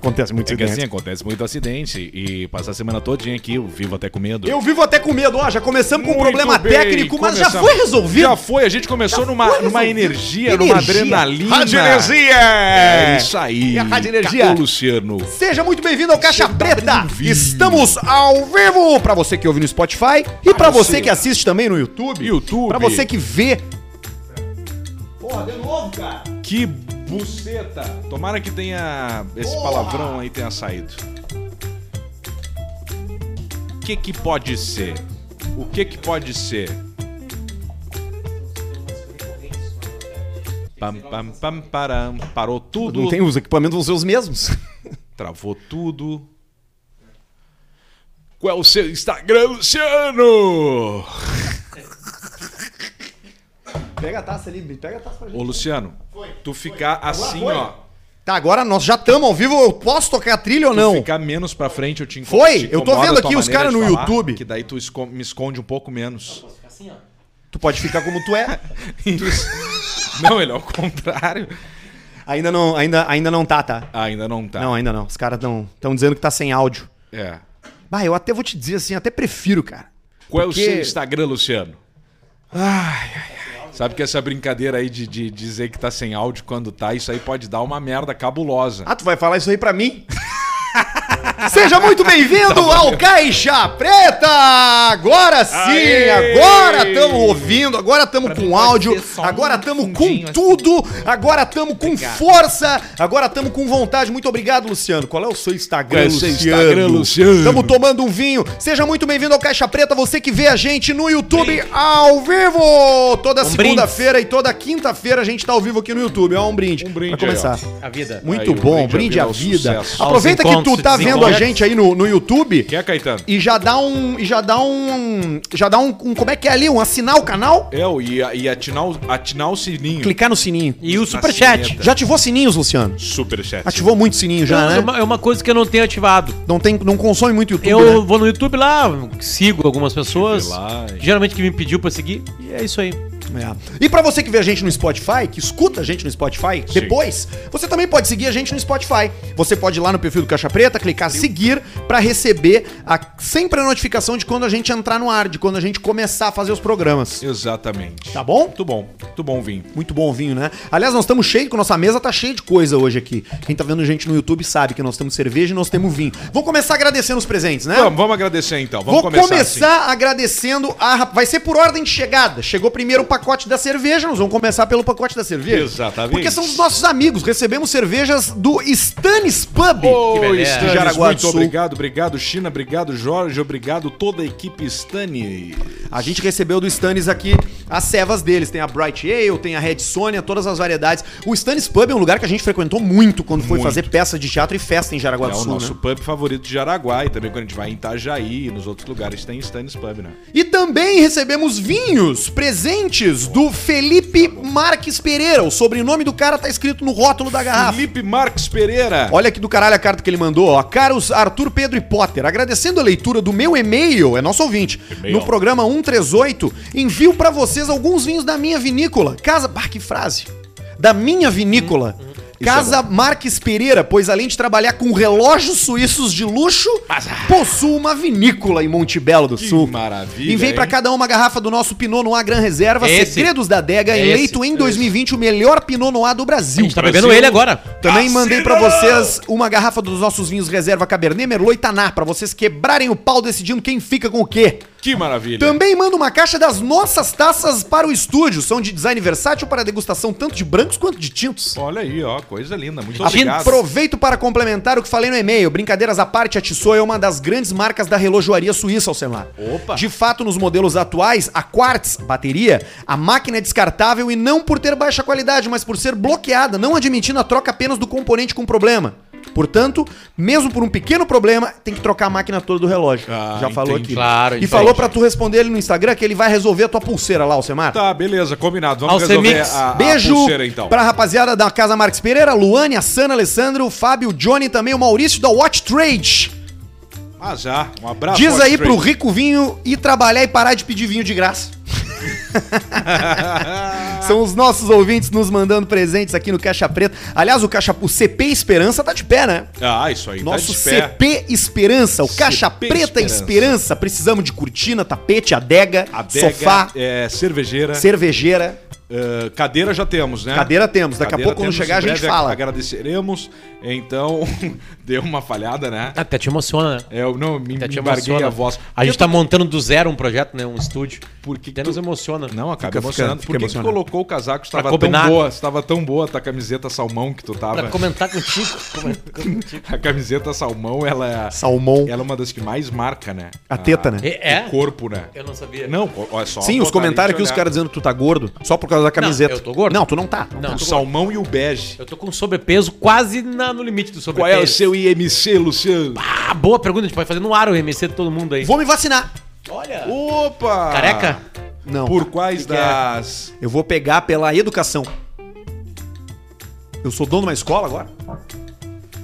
acontece muito É que assim, acidente. acontece muito acidente e passar a semana todinha aqui, eu vivo até com medo. Eu vivo até com medo. Ó, já começamos com um assim, Muito problema bem, técnico, mas já começamos. foi resolvido. Já foi, a gente começou numa, foi numa resolvido. energia, numa Energia. adrenalina. É Radioenergia! isso aí. E a Rádio Energia? Ô, Luciano. Seja muito bem-vindo ao Caixa Preta. Estamos ao vivo para você que ouve no Spotify e para você. você. que assiste também no YouTube. YouTube. Para você que vê. Porra, de novo, cara. Que buceta. Tomara que tenha. Esse Porra. palavrão aí tenha saído. O que que pode ser? O que que pode ser? Pam, pam, pam, param. Parou tudo. Não tem os equipamentos vão ser os mesmos. Travou tudo. Qual é o seu Instagram, Luciano? Pega a taça ali, pega a taça pra Ô, Luciano, tu ficar assim, foi. ó. Tá, agora nós já estamos ao vivo. Eu posso tocar a trilha ou Tu não? ficar menos pra frente, eu te encontro. Foi? Eu tô vendo aqui os caras no YouTube. Que daí tu esco- me esconde um pouco menos. Tu pode ficar como tu é. não, ele é o contrário. ainda não, ainda, ainda não tá, tá? Ah, ainda não tá. Não, ainda não. Os caras estão dizendo que tá sem áudio. É. Bah, eu até vou te dizer assim, até prefiro, cara. Qual Porque- é o seu Instagram, Luciano? Ai, ai, ai. Sabe que essa brincadeira aí de, de dizer que tá sem áudio quando tá, isso aí pode dar uma merda cabulosa. Ah, tu vai falar isso aí pra mim? Seja muito bem-vindo Tá ao Caixa Preta! Agora sim, Aê! agora estamos ouvindo, agora estamos mim com pode áudio, ser só agora um estamos com fundinho, assim. tudo, agora estamos com Obrigado. força, agora estamos com vontade. Muito obrigado, Luciano. Qual é o seu Instagram, Qual é o seu Instagram, Luciano? Estamos tomando um vinho. Seja muito bem-vindo ao Caixa Preta, você que vê a gente no YouTube ao vivo! Um Toda brinde. segunda-feira e toda quinta-feira a gente tá ao vivo aqui no YouTube. Ó, um brinde. Um brinde Pra aí, ó. começar. A vida. Muito Aí, bom, um brinde, brinde à à vida. vida, ao sucesso. Aproveita Aos que tu tá encontros, vendo a desencontros. gente aí no, no YouTube Quer, Caetano? e já dá um. E já dá um. Já dá um, um- Como é que é ali? Um assinar o canal? É, e, e atinar, o- atinar o sininho. Clicar no sininho. E o Na superchat. sineta. Já ativou sininhos, Luciano? Superchat. Ativou muito sininho Não, já, É né? uma, é uma coisa que eu não tenho ativado. Não, tem, não consome muito YouTube. Eu né? vou no YouTube lá, sigo algumas pessoas. lá, hein? Geralmente que me pediu pra seguir. E é isso aí. É. E pra você que vê a gente no Spotify, que escuta a gente no Spotify, Sim. depois, você também pode seguir a gente no Spotify. Você pode ir lá no perfil do Caixa Preta, clicar seguir pra receber a- sempre a notificação de quando a gente entrar no ar, de quando a gente começar a fazer os programas. Exatamente. Tá bom? Muito bom. Muito bom, Vim. Muito bom o vinho, né? Aliás, nós estamos cheios, com nossa mesa tá cheia de coisa hoje aqui. Quem tá vendo gente no YouTube sabe que nós temos cerveja e nós temos vinho. Vamos começar agradecendo os presentes, né? Vamos, vamos agradecer então. Vamos Vou começar. começar, agradecendo a. rap- Vai ser por ordem de chegada. Chegou primeiro o pacote da cerveja, nós vamos começar pelo pacote da cerveja. Exatamente. Porque são os nossos amigos. Recebemos cervejas do Stannis Pub. Ô, beleza. Stanis, Jaraguá do muito Sul. obrigado, obrigado, China, obrigado, Jorge, obrigado, toda a equipe Stani. A gente recebeu do Stannis aqui as cevas deles. Tem a Bright Ale, tem a Red Sônia, todas as variedades. O Stannis Pub é um lugar que a gente frequentou muito quando foi Muito. fazer peça de teatro e festa em Jaraguá É do o Sul, nosso né? pub favorito de Jaraguá e também quando a gente vai em Itajaí e nos outros lugares tem Stanis Pub, né? E também recebemos vinhos presentes do Felipe Marques Pereira. O sobrenome do cara tá escrito no rótulo da garrafa. Felipe Marques Pereira. Ah. Olha aqui do caralho a carta que ele mandou, ó. Caros Arthur, Pedro e Potter, agradecendo a leitura do meu e-mail, é nosso ouvinte, E-mail. no programa 138, envio pra vocês alguns vinhos da minha vinícola. Casa. Bah, que frase! Da minha vinícola. Hum, é Casa Marques Pereira, pois além de trabalhar com relógios suíços de luxo, ah. possui uma vinícola em Monte Belo do Que Sul. maravilha, Enviem pra hein? cada uma garrafa do nosso Pinot Noir Gran Reserva, Esse. Segredos da Adega, Esse. eleito em 2020 o melhor Pinot Noir do A Brasil. gente tá Brasil. bebendo ele agora. Também Assina! mandei pra vocês uma garrafa dos nossos vinhos reserva Cabernet Merlot e Tanar pra vocês quebrarem o pau decidindo quem fica com o quê. Que maravilha. Também mando uma caixa das nossas taças para o estúdio. São de design versátil para degustação tanto de brancos quanto de tintos. Olha aí, ó, coisa linda. Muito Tá Gente, obrigado. Aproveito para complementar o que falei no e-mail. Brincadeiras à parte, a Tissot é uma das grandes marcas da relojoaria suíça, Alcemar. Opa. De fato, nos modelos atuais, a quartz, bateria, a máquina é descartável e não por ter baixa qualidade, mas por ser bloqueada, não admitindo a troca apenas do componente com problema. Portanto, mesmo por um pequeno problema, tem que trocar a máquina toda do relógio. Ah, Já falou entendi. aqui. Claro, e entendi. falou pra tu responder ele no Instagram que ele vai resolver a tua pulseira lá, Alcemar. Tá, beleza, combinado. Vamos Alcemix, resolver a, a Beijo pulseira então. pra rapaziada da Casa Marques Pereira, Luane, a Sana, Alessandro, o Fábio, o Johnny e também o Maurício da Watch Trade. Ah, já. Um abraço. Diz aí Orchard. pro Rico Vinho ir trabalhar e parar de pedir vinho de graça. São os nossos ouvintes nos mandando presentes aqui no Caixa Preta. Aliás, o Caixa, o CP Esperança tá de pé, né? Ah, isso aí, Nosso tá de pé. CP Esperança, o CP Caixa Preta Esperança. Esperança. Precisamos de cortina, tapete, adega, Adega, sofá, é, cervejeira. cervejeira. eh, cadeira já temos, né? Cadeira temos. Daqui a Cadeira pouco, quando temos, chegar, a em gente breve fala. Agradeceremos. Então, deu uma falhada, né? É, Até te emociona, né? Eu não me, me Até te embarguei emociona. a voz. A gente tá montando do zero um projeto, né? Um estúdio. Por que que Até tu- nos emociona. Não, Fica- acaba fica- emocionando. fica Por que, que tu emocionado. colocou o casaco? Pra Estava tão combinar. boa, estava tão boa a tua camiseta salmão que tu tava. Pra comentar contigo. comentar contigo. A camiseta salmão, ela, Salmão. ela é uma das que mais marca, né? A teta, né? É? é? O corpo, né? Eu não sabia. Não, olha só. Sim, os botar comentários aqui, ali e os olhar. caras dizendo que tu tá gordo só por causa da camiseta. eu tô gordo. Não, tu não tá. Não. O salmão e o bege. Eu tô com um sobrepeso quase na- no limite do Qual sobrepeso. é o seu IMC, Luciano? Ah, boa pergunta. A gente pode fazer no ar o MC de todo mundo aí. Vou me vacinar. Olha. Opa! Careca? Não. Por quais que é? das. Eu vou pegar pela educação. Eu sou dono de uma escola agora?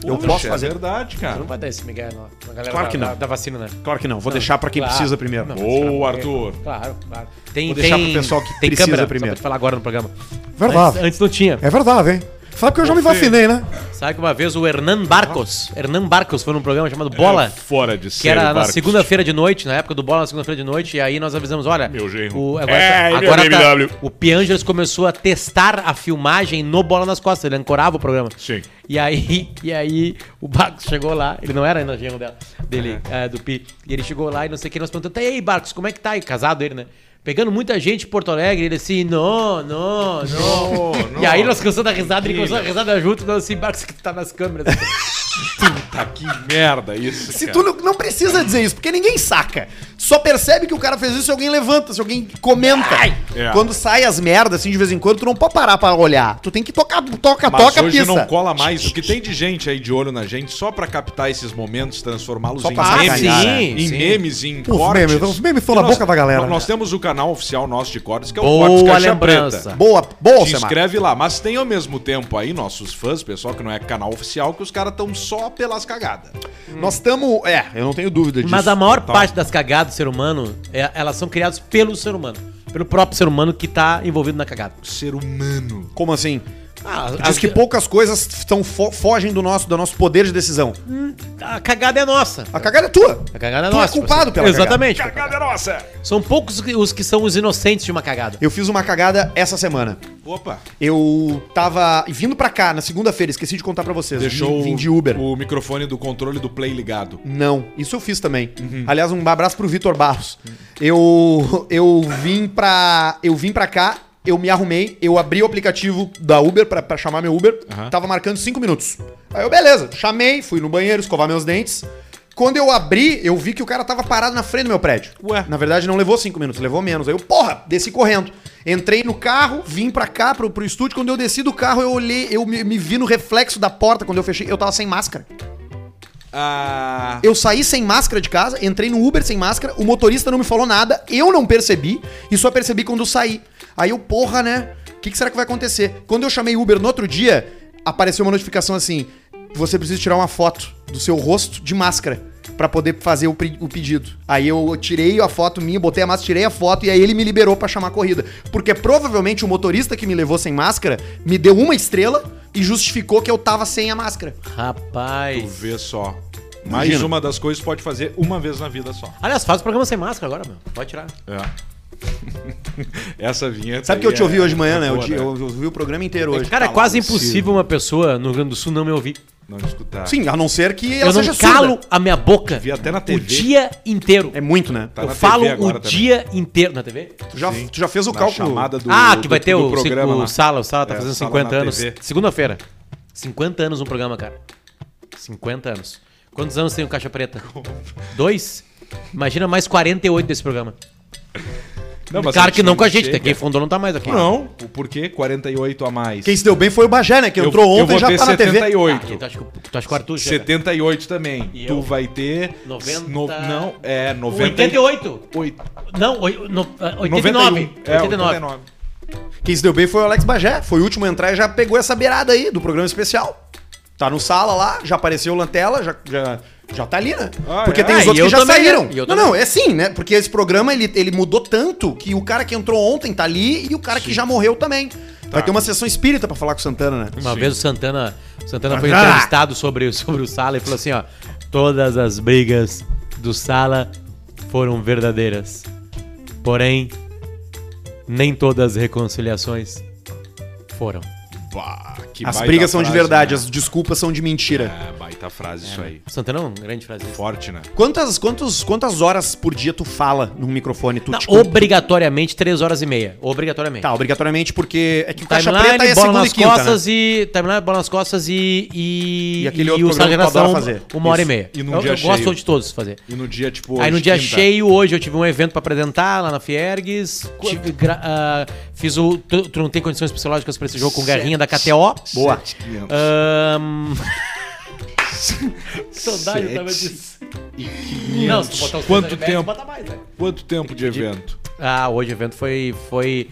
Eu Poxa, posso fazer? É verdade, Não cara. vai dar esse Miguel, não. A galera Claro da- que não. Da, da vacina, né? Claro que não. Vou deixar pra quem Claro. precisa primeiro. Não. Ô, Arthur. Claro, claro. Tem, Vou deixar tem- pro pessoal que tem precisa câmera, primeiro. Só pra te falar agora no programa. Verdade. Ah. Antes, antes não tinha. É verdade, hein? Sabe que eu já me Você- vacinei, né? É. Sabe que uma vez o Hernan Barcos, Hernan Barcos foi num programa chamado Bola, É fora de que era na segunda-feira de noite, na época do Bola, na segunda-feira de noite, e aí nós avisamos, olha, Meu genro. o, agora, É, tá- meu agora tá- BMW. o Piangers começou a testar a filmagem no Bola nas Costas, ele ancorava o programa. Sim. E aí, e aí o Barcos chegou lá, ele não era ainda genro dela, dele, é, do Pi. E ele chegou lá e não sei o que, nós perguntamos, tá e aí, Barcos, como é que tá? E casado ele, né? Pegando muita gente de Porto Alegre, ele assim, não, não, não. Não, E aí não. nós cansamos da risada, ele começou a risada junto, nós assim, Barcos que tá nas câmeras. Puta que merda isso. Se cara. tu não, não precisa dizer isso, porque ninguém saca. Só percebe que o cara fez isso se alguém levanta, se alguém comenta. É. Quando sai as merdas, assim, de vez em quando, tu não pode parar pra olhar. Tu tem que tocar, toca, Mas toca, hoje pisa. não cola mais. O que tem de gente aí de olho na gente só pra captar esses momentos, transformá-los Só em pra memes, sacanear, né? em Sim. memes, em Os cortes. memes, os memes estão na Nós- boca da galera. né? Nós temos o canal oficial nosso de cortes, que é o Boa Cortes Caixa lembrança. Preta. Boa, boa, Se Semar. inscreve lá, mas tem ao mesmo tempo aí nossos fãs, pessoal que não é canal oficial, que os caras estão só pelas cagadas. Nós estamos. É, eu não tenho dúvida disso. Mas a maior total. parte das cagadas do ser humano, é- elas são criadas pelo ser humano. Pelo próprio ser humano que tá envolvido na cagada. Ser humano. Como assim? Ah, Tu diz que poucas coisas são fo- fogem do nosso, do nosso poder de decisão. a cagada é nossa. A cagada é tua. A cagada é Tu nossa. é culpado tipo pela assim. Exatamente. Cagada é nossa! São poucos que- os que são os inocentes de uma cagada. Eu fiz uma cagada essa semana. Opa, Eu tava vindo pra cá na segunda-feira, esqueci de contar pra vocês. deixou Vim- Vim o- de Uber. o microfone do controle do Play ligado. Não, isso eu fiz também. Uhum. Aliás, um abraço pro Vitor Barros. Eu eu vim pra eu vim para cá, eu me arrumei, eu abri o aplicativo da Uber pra pra chamar meu Uber. Aham. Tava marcando cinco minutos. Aí eu beleza, chamei, fui no banheiro escovar meus dentes. Quando eu abri, eu vi que o cara tava parado na frente do meu prédio. Ué. Na verdade, não levou cinco minutos, levou menos. Aí eu, porra, desci correndo. Entrei no carro, vim pra cá, pro, pro estúdio. Quando eu desci do carro, eu olhei, eu me, me vi no reflexo da porta. Quando eu fechei, eu tava sem máscara. Ah, Eu saí sem máscara de casa, entrei no Uber sem máscara, o motorista não me falou nada, eu não percebi e só percebi quando eu saí. Aí eu, porra, né? O que, que será que vai acontecer? Quando eu chamei Uber no outro dia, apareceu uma notificação assim: você precisa tirar uma foto do seu rosto de máscara pra poder fazer o, pe- o pedido. Aí eu tirei a foto minha, botei a máscara, tirei a foto e aí ele me liberou pra chamar a corrida. Porque provavelmente o motorista que me levou sem máscara me deu uma estrela e justificou que eu tava sem a máscara. tu Rapaz. vê só. Mais Imagina. uma das coisas que pode fazer uma vez na vida só. Aliás, faz o programa sem máscara agora, meu. Pode tirar. É. Essa vinheta. Sabe que aí eu te ouvi é- hoje de manhã, né? Eu, boa, te- eu ouvi o programa inteiro hoje. Cara, é tá quase lá, impossível uma pessoa no Rio Grande do Sul não me ouvir. Não escutar. Sim, assim, a não ser que ela eu seja não calo surda. a minha boca Vi até na o TV. dia inteiro. É muito, né? Tá eu na TV falo o agora também. dia inteiro. Na TV? Tu já, tu já fez o Na cálculo. chamada do ah, que vai do- ter do o, programa o lá. Sala. O Sala tá É, fazendo Sala 50 na anos. TV. Segunda-feira. 50 anos um programa, cara. 50 anos. Quantos anos tem o Caixa Preta? Dois? Imagina mais 48 desse programa. Não, mas claro que não com a gente, chega. né? Quem fundou não tá mais aqui. Não, por que 48 a mais? Quem se deu bem foi o Bagé, né? Que Eu- entrou eu ontem vou e já ter tá na TV. Ah, 78. e tu acha que, o- tu acha que o Arthur chega? 78 também. E tu eu? vai ter. 90. no- não, é 90. 88. Oito- Não, oi- no- ah, 91. 89. É, 89. Quem se deu bem foi o Alex Bagé. Foi o último a entrar e já pegou essa beirada aí do programa especial. Tá no sala lá, já apareceu o Lantela, já, já, já tá ali, né? Ah, Porque é? tem Ah, os e outros eu que já também, né? saíram. E eu Não, também. não, é sim, né? Porque esse programa ele, ele mudou tanto que o cara que entrou ontem tá ali e o cara que já morreu também. Tá. Vai ter uma sessão espírita pra falar com o Santana, né? Uma Sim. vez o Santana, o Santana foi Ah! entrevistado sobre, sobre o Sala e falou assim, ó, todas as brigas do Sala foram verdadeiras. Porém, nem todas as reconciliações foram. Bah, que As baita brigas são de frase, verdade, né? as desculpas são de mentira. É, baita frase isso aí. O Santana é um grande frase. Forte, né? Quantas, quantos, quantas horas por dia tu fala num microfone? Tu, Não, tipo, obrigatoriamente, três horas e meia. Obrigatoriamente. Tá, obrigatoriamente, porque é que o Caixa Preta Timeline, é bola segunda e nas quinta, costas e. Timeline, bola nas costas e. E, E aquele outro o Sala de programa que eu adoro fazer. Redação, Uma hora Isso. e meia. E num eu dia eu cheio. gosto de todos fazer. E no dia, tipo. Aí no hoje, dia quinta, cheio, hoje eu tive um evento pra apresentar lá na Fiergues. Tive gra- ah, fiz o. Tu, tu não tem condições psicológicas pra esse jogo com o Garrinha da KTO. Boa. sete e quinhentos. Ahn. Saudade eu tava disso. Não, se tu botar os Quanto três remédios, tempo? bota mais, né? Quanto tempo de evento? Ah, hoje o evento foi. Foi,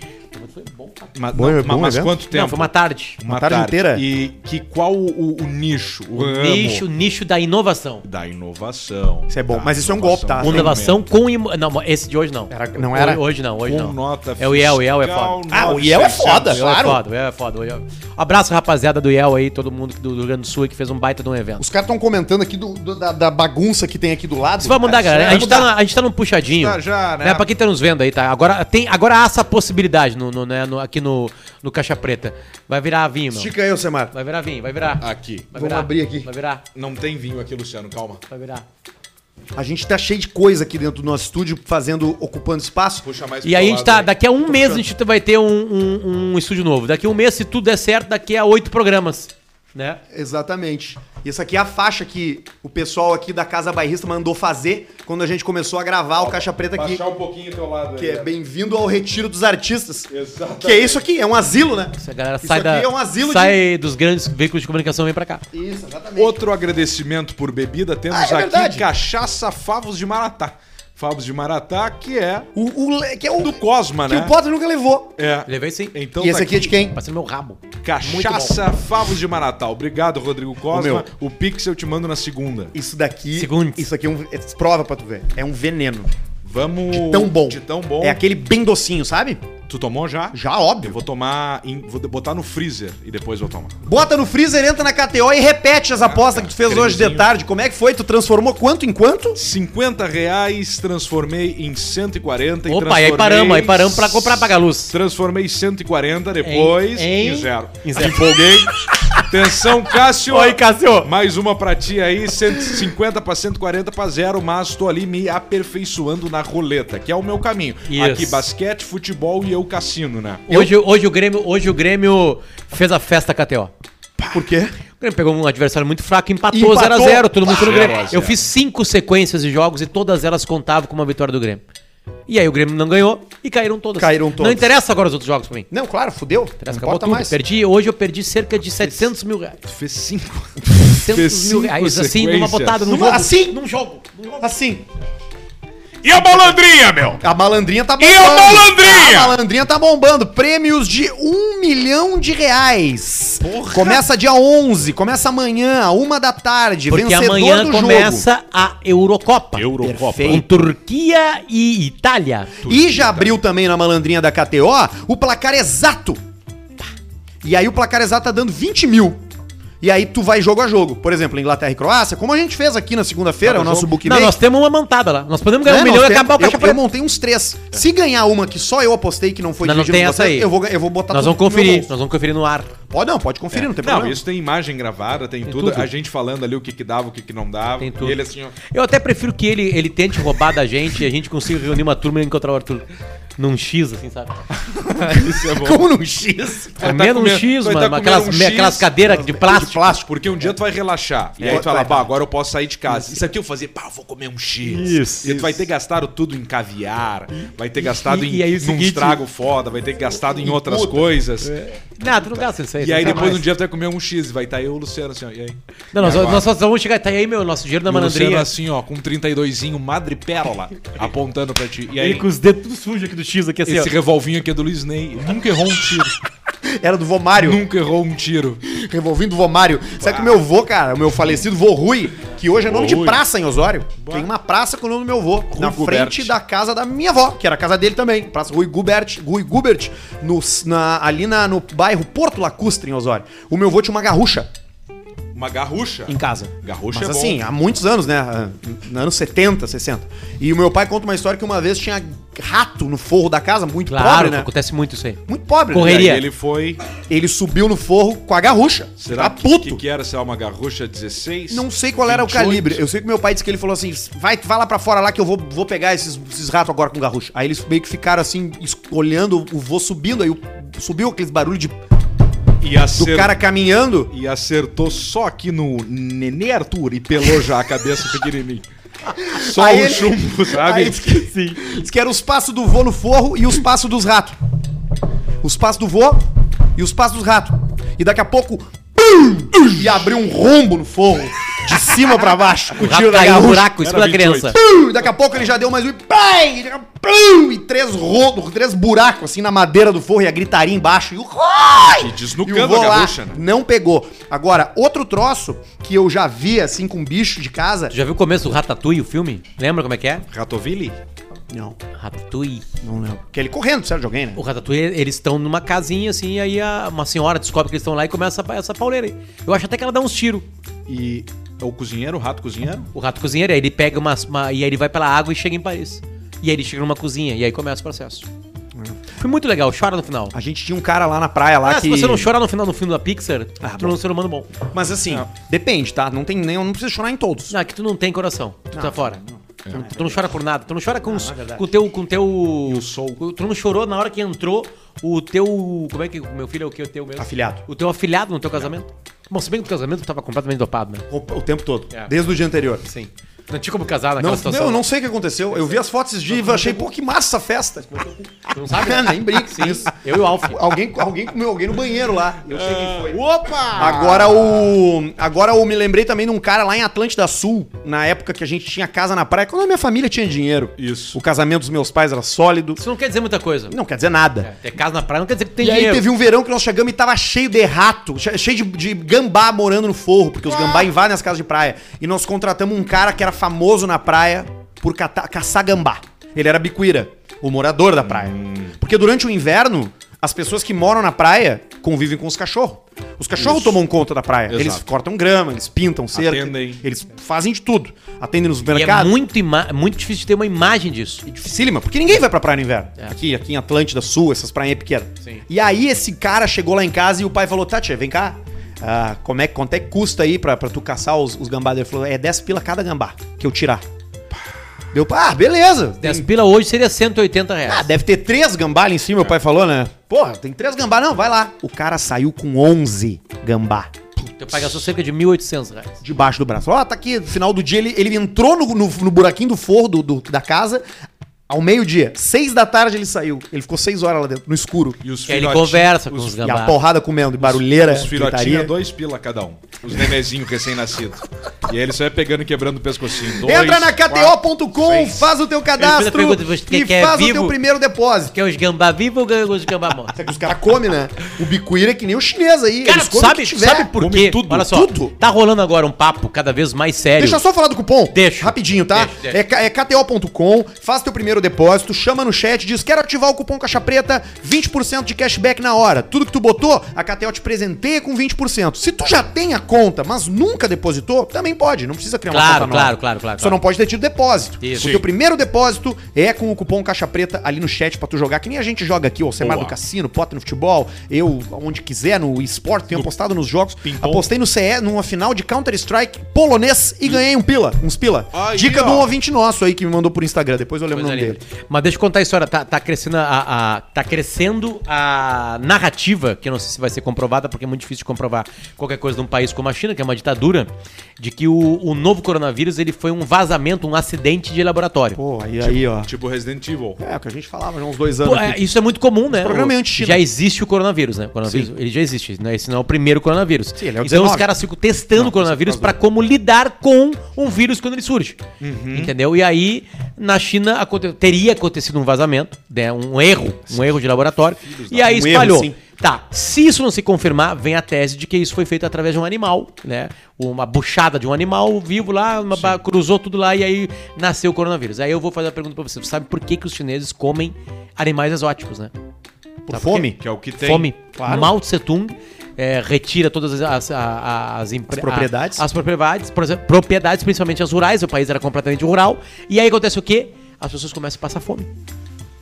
foi bom pra Mas, Bom, não, é bom mas- mas evento? quanto tempo? Não, foi uma tarde. Uma tarde inteira? E que, qual o, o- o nicho? O, ramo Nicho, nicho da inovação. da inovação. Isso é bom, Da mas isso é um golpe, tá? inovação. Inovação com. imo- Não, esse de hoje não. Era- não era? Hoje não, hoje Com não. nota é o IEL, o IEL é fiscal, foda. Ah, o IEL é foda, O IEL é claro. foda, o IEL é foda. o IEL. Abraço, rapaziada do IEL aí, todo mundo do Rio Grande do Sul aí que fez um baita de um evento. Os caras estão comentando aqui do- do- da, da bagunça que tem aqui do lado. Isso vai mudar, Isso galera. A vai gente, tá, mudar. na- a gente tá num puxadinho. Já, já, né? né? Pra quem tá nos vendo aí, tá? Agora, tem, agora há essa possibilidade no, no- né, no- aqui no, no Caixa Preta. Vai virar vinho, meu. Estica aí, Alcemar. Vai virar vinho, vai virar. Aqui. Vai Vamos virar, abrir aqui. Vai virar, Não tem vinho aqui, Luciano, calma. vai virar. A gente tá cheio de coisa aqui dentro do nosso estúdio, fazendo, ocupando espaço. Puxa mais E pro aí a lado gente tá, daqui a um mês a gente vai ter um, um- um estúdio novo. Daqui a um mês, se tudo der certo, daqui a oito programas, né? Exatamente. E essa aqui é a faixa que o pessoal aqui da Casa Bairrista mandou fazer quando a gente começou a gravar o Caixa Preta aqui. Baixar um pouquinho o teu lado Que aí. é né? bem-vindo ao retiro dos artistas. Exatamente. Que é isso aqui, é um asilo, né? A galera Isso sai aqui da, é um asilo sai dos grandes veículos de comunicação e vem pra cá. de... Isso, exatamente. é Outro agradecimento por bebida, temos Ah, é aqui verdade. cachaça Favos de Maratá. Favos de Maratá, que é O, o le- que é o... do Cosma, que né? o Potter nunca levou. É. Levei sim. Então e esse tá aqui é de quem? Passei no meu rabo. Cachaça Favos de Maratá. Obrigado, Rodrigo Cosma. meu. O Pix eu te mando na segunda. Isso daqui... Segundo. Isso aqui é, um, é prova pra tu ver. É um veneno. Vamos. De tão bom. De tão bom. É aquele bem docinho, sabe? Tu tomou já? Já, óbvio. Eu vou tomar. em- Vou botar no freezer e depois vou tomar. Bota no freezer, entra na KTO e repete as apostas que tu fez hoje de cremezinho. tarde. Como é que foi? Tu transformou quanto em quanto? 50 reais, transformei em 140 e Opa, transformei... e aí paramos, aí paramos pra comprar paga-luz. Transformei 140 depois em, Em- em- zero. em zero. Me Empolguei. Atenção, Cássio. Oi, Cássio. Mais uma pra ti aí, 150 pra 140 pra zero, mas tô ali me aperfeiçoando na roleta, que é o meu caminho. Isso. Aqui, basquete, futebol e eu cassino, né? Hoje, hoje, o Grêmio, hoje o Grêmio fez a festa KTO. Por quê? O Grêmio pegou um adversário muito fraco, empatou Empatou. 0x0, todo mundo foi no Zero Grêmio. a zero. Eu fiz cinco sequências de jogos e todas elas contavam com uma vitória do Grêmio. E aí o Grêmio não ganhou e caíram todas. Caíram Não todas. interessa agora os outros jogos pra mim. Não, claro, fudeu. Não Interessa, acabou importa tudo. mais. Perdi, hoje eu perdi cerca de 700 mil reais. Tu fez cinco. 700 mil cinco reais, assim, sequências. numa botada, num Numa- jogo. assim? Num jogo. Num jogo. Assim, E a malandrinha, meu? a malandrinha tá E a malandrinha? A malandrinha tá bombando. Prêmios de um milhão de reais. Porra. Começa dia 11, começa amanhã, a uma da tarde. Porque vencedor amanhã do jogo. começa a Eurocopa. Eurocopa. Com Turquia e Itália. E já abriu também na malandrinha da KTO o placar exato. E aí o placar exato tá dando 20 mil. E aí tu vai jogo a jogo. Por exemplo, Inglaterra e Croácia, como a gente fez aqui na segunda-feira, o nosso bookmaker. Não, nós temos uma mantada lá. Nós podemos ganhar Né, um nós milhão e temos- acabar o caixa eu, eu preta. montei uns três. Se ganhar uma que só eu apostei que não foi Não, não dividida tem com essa vocês, aí. Eu vou, eu vou botar Nós tudo vamos no meu conferir, bolso. nós vamos conferir no ar. Pode não, pode conferir, não tem É. Não, problema. isso tem imagem gravada, tem, tudo. tudo. A gente falando ali o que, que dava, o que, que não dava. Tem tudo. E ele assim, ó. Eu até prefiro que ele, ele tente roubar da gente e a gente consiga reunir uma turma e encontrar o Arthur num X, assim, sabe? Isso é bom. Como num X? É tá menos um comendo- X, vai tá mano. comendo aquelas, um X. aquelas cadeiras de de plástico. plástico, porque um dia tu vai relaxar. E aí tu vai lá, Vai. "Bah, agora eu posso sair de casa. Isso aqui eu fazia, pá, eu vou comer um X. Isso, E tu vai ter gastado tudo em caviar, vai ter gastado e em aí é o num seguinte- estrago foda, vai ter gastado em outras coisas. Não, tu não gasta isso aí. E aí tá depois mais. um dia tu vai comer um X, vai estar eu e o Luciano assim, ó. E aí? Não, nós, E agora? nós só vamos chegar. Tá aí, meu, nosso dinheiro na E o Luciano malandrinha. assim, ó, com um 32zinho madre pérola, apontando pra ti. E aí, os dedos tudo sujos aqui assim, do X, aqui esse revolvinho aqui é do Luiz Ney, ele nunca errou um tiro. Era do Vomário. Nunca errou um tiro. Revolvinho do Vomário. Sabe que o meu vô, cara, o meu falecido vô Rui, que hoje é nome de Rui. praça em Osório. Tem uma praça com o nome do meu vô, na Guberti. frente da casa da minha avó, que era a casa dele também. Praça Rui Gubert, Rui Gubert, no, na- ali na- no bairro Porto Lacustre, em Osório. O meu vô tinha uma garrucha Uma garrucha. em casa. Garrucha Mas é bom. assim, há muitos anos, né? Ah, nos Anos 70, 60. E o meu pai conta uma história que uma vez tinha rato no forro da casa, muito Claro, pobre, né? acontece muito isso aí. Muito pobre. né? E aí Correria. ele foi. Ele subiu no forro com a garrucha. Será Tá que, puto. que é que era? Será uma garrucha 16? Não sei qual era 28? o calibre. Eu sei que meu pai disse que ele falou assim: vai, vai lá pra fora lá que eu vou, vou pegar esses, esses ratos agora com garrucha. Aí eles meio que ficaram assim, es- olhando o vô subindo, aí o- subiu aqueles barulho de, do E acertou, cara caminhando. e acertou só aqui no Nenê Arthur e pelou já a cabeça pequenininha. Só Aí o ele- assim. chumbo, Aí sabe? diz que, diz que era os passos do vô no forro e os passos dos ratos. Os passos do vô e os passos dos ratos. E daqui a pouco. pum, E abriu um rombo no forro. De cima pra baixo. O O rato caiu um buraco em cima Era da criança. Pum! E Daqui a pouco ele já deu mais um e pam! E, daqui a- pum! E três rodos, três buracos assim na madeira do forro e a gritaria embaixo. E o E e o desnucando vô a lá garrucha, né? não pegou. Agora, outro troço que eu já vi assim com bicho de casa. Tu já viu o começo do Ratatouille, o filme? Lembra como é que é? Ratoville? Não, Ratatouille. não lembro. Que é ele correndo, sério, de alguém, né? O Ratatouille, eles estão numa casinha assim, e aí a- uma senhora descobre que eles estão lá e começa essa, essa pauleira aí. Eu acho até que ela dá uns tiros. E é o cozinheiro, o rato cozinheiro? O rato cozinheiro, aí ele pega uma, uma- E aí ele vai pela água e chega em Paris. E aí ele chega numa cozinha, e aí começa o processo. Foi muito legal, chora no final. A gente tinha um cara lá na praia lá Ah, que. se você não chora no final do filme da Pixar, tu não é um ser humano bom. Mas assim, É. depende, tá? Não tem nem, não precisa chorar em todos. Não, é que tu não tem coração. Tu tá fora. Tu, não- tu não chora por nada. Tu não é chora com, os- na verdade. com o teu. Com o teu com- Tu não chorou na hora que entrou o teu. Como é que. o Meu filho é o que? O teu mesmo? Afilhado. O teu afilhado no teu casamento. Bom, se bem que o casamento tu tava completamente dopado, né? O, o tempo todo, É. desde o dia anterior. Sim. Não tinha como casar naquela Não, situação. eu não sei o que aconteceu. Eu vi as fotos esses dias e achei, pô, que massa essa festa. Tu não sabe? né? Nem brinque com Sim. isso. Eu e o Alf. Alguém, alguém comeu alguém no banheiro lá. Eu sei quem foi. Opa! Agora o. Agora eu me lembrei também de um cara lá em Atlântida Sul, na época que a gente tinha casa na praia, quando a minha família tinha dinheiro. Isso. O casamento dos meus pais era sólido. Isso não quer dizer muita coisa. Não quer dizer nada. É, ter casa na praia não quer dizer que tem E aí dinheiro. teve um verão que nós chegamos e tava cheio de rato, che- cheio de, de gambá morando no forro, porque os gambá invadem as casas de praia. E nós contratamos um cara que era famoso na praia por cata- caçar gambá. Ele era bicuíra, o morador da praia. Porque durante o inverno, as pessoas que moram na praia convivem com os cachorros. Os cachorros Isso. tomam conta da praia. Eles Exato. cortam grama, eles pintam cerca. Atendem. Eles fazem de tudo. Atendem nos E é mercados. muito, ima- muito difícil ter uma imagem disso. Dificílima, porque ninguém vai pra praia no inverno. É. Aqui, aqui em Atlântida Sul, essas praias pequenas. Sim. E aí esse cara chegou lá em casa e o pai falou, Tati, vem cá. ah, como é, quanto é que custa aí pra, pra tu caçar os, os gambás? Ele falou, é 10 pila cada gambá que eu tirar. Deu, ah, beleza. 10 Tem- pila hoje seria 180 reais. ah, deve ter três gambá ali em cima, meu pai falou, né? Porra, tem três gambá, não, vai lá. O cara saiu com 11 gambá Teu pai gastou cerca de 1.800 reais. debaixo do braço. Ó, tá aqui, no final do dia, ele, ele entrou no, no, no buraquinho do forro do- do- da casa, ao meio-dia, seis da tarde ele saiu. Ele ficou seis horas lá dentro, no escuro. E os Que aí ele filhotinhos- conversa com os- os E a gambá. porrada comendo, e barulheira, Os filhotinhos é gritaria. dois pila cada um. Os nenezinhos recém-nascidos. E aí ele só ia pegando e quebrando o pescocinho. Dois, Entra na quatro, KTO.com, seis. faz o teu cadastro Eu pergunto, você e quer faz o vivo? teu primeiro depósito. Quer os gambá vivo ou quer os gambá morto? Os caras comem, né? O bicuíra é que nem o chinês aí. Cara, eles tu comem o sabe, que tu tiver. sabe por Come quê? tudo, Olha só, tudo. tá rolando agora um papo cada vez mais sério. Deixa eu só falar do cupom. Deixa. Rapidinho, tá? Deixa, deixa. É, K- é KTO.com, faz teu primeiro depósito, chama no chat, diz quero ativar o cupom Caixa Preta, 20% de cashback na hora. Tudo que tu botou, a KTO te presenteia com 20%. Se tu já tem a conta, mas nunca depositou, também pode, não precisa criar Claro, uma conta claro, claro, claro, Só claro. não pode ter tido depósito. Isso. O teu primeiro depósito é com o cupom Caixa Preta ali no chat pra tu jogar, que nem a gente joga aqui, ó, Semar Boa. do Cassino, Potter no Futebol, eu, onde quiser, no esporte, tenho apostado nos jogos. Ping-pong. Apostei no CE, numa final de Counter-Strike polonês Hum. e ganhei um pila, uns pila. Aí, Dica ó. do um ouvinte nosso aí que me mandou por Instagram, depois eu lembro Coisa o nome linda. dele. Mas deixa eu contar a história. Tá, tá crescendo a, a- tá crescendo a narrativa, que eu não sei se vai ser comprovada, porque é muito difícil de comprovar qualquer coisa num país como a China, que é uma ditadura, de que o, o novo coronavírus ele foi um vazamento, um acidente de laboratório. Pô, aí, aí, ó. Tipo Resident Evil. É, o que a gente falava já há uns dois Pô, anos. é, aqui. isso é muito comum, né? programa é O- anti-China. Já existe o coronavírus, né? O coronavírus, Sim. ele já existe, né? Esse não é o primeiro coronavírus. Sim, ele é o então 19. os caras ficam testando o coronavírus para como lidar com um vírus quando ele surge. Uhum. Entendeu? E aí, na China, aconte- teria acontecido um vazamento, né? um erro, um erro de laboratório. E aí Um erro, espalhou. sim. Tá, se isso não se confirmar, vem a tese de que isso foi feito através de um animal, né? Uma buchada de um animal vivo lá, uma ba- cruzou tudo lá e aí nasceu o coronavírus. Aí eu vou fazer a pergunta pra você. Você sabe por que, que os chineses comem animais exóticos, né? Por Sabe por fome? Que é o que tem. Fome. claro. Mao Tse Tung eh, retira todas as, as, a- a- as, impre- As propriedades. a- as propriedades, por exemplo, propriedades, principalmente as rurais. O país era completamente rural. E aí acontece o quê? As pessoas começam a passar fome.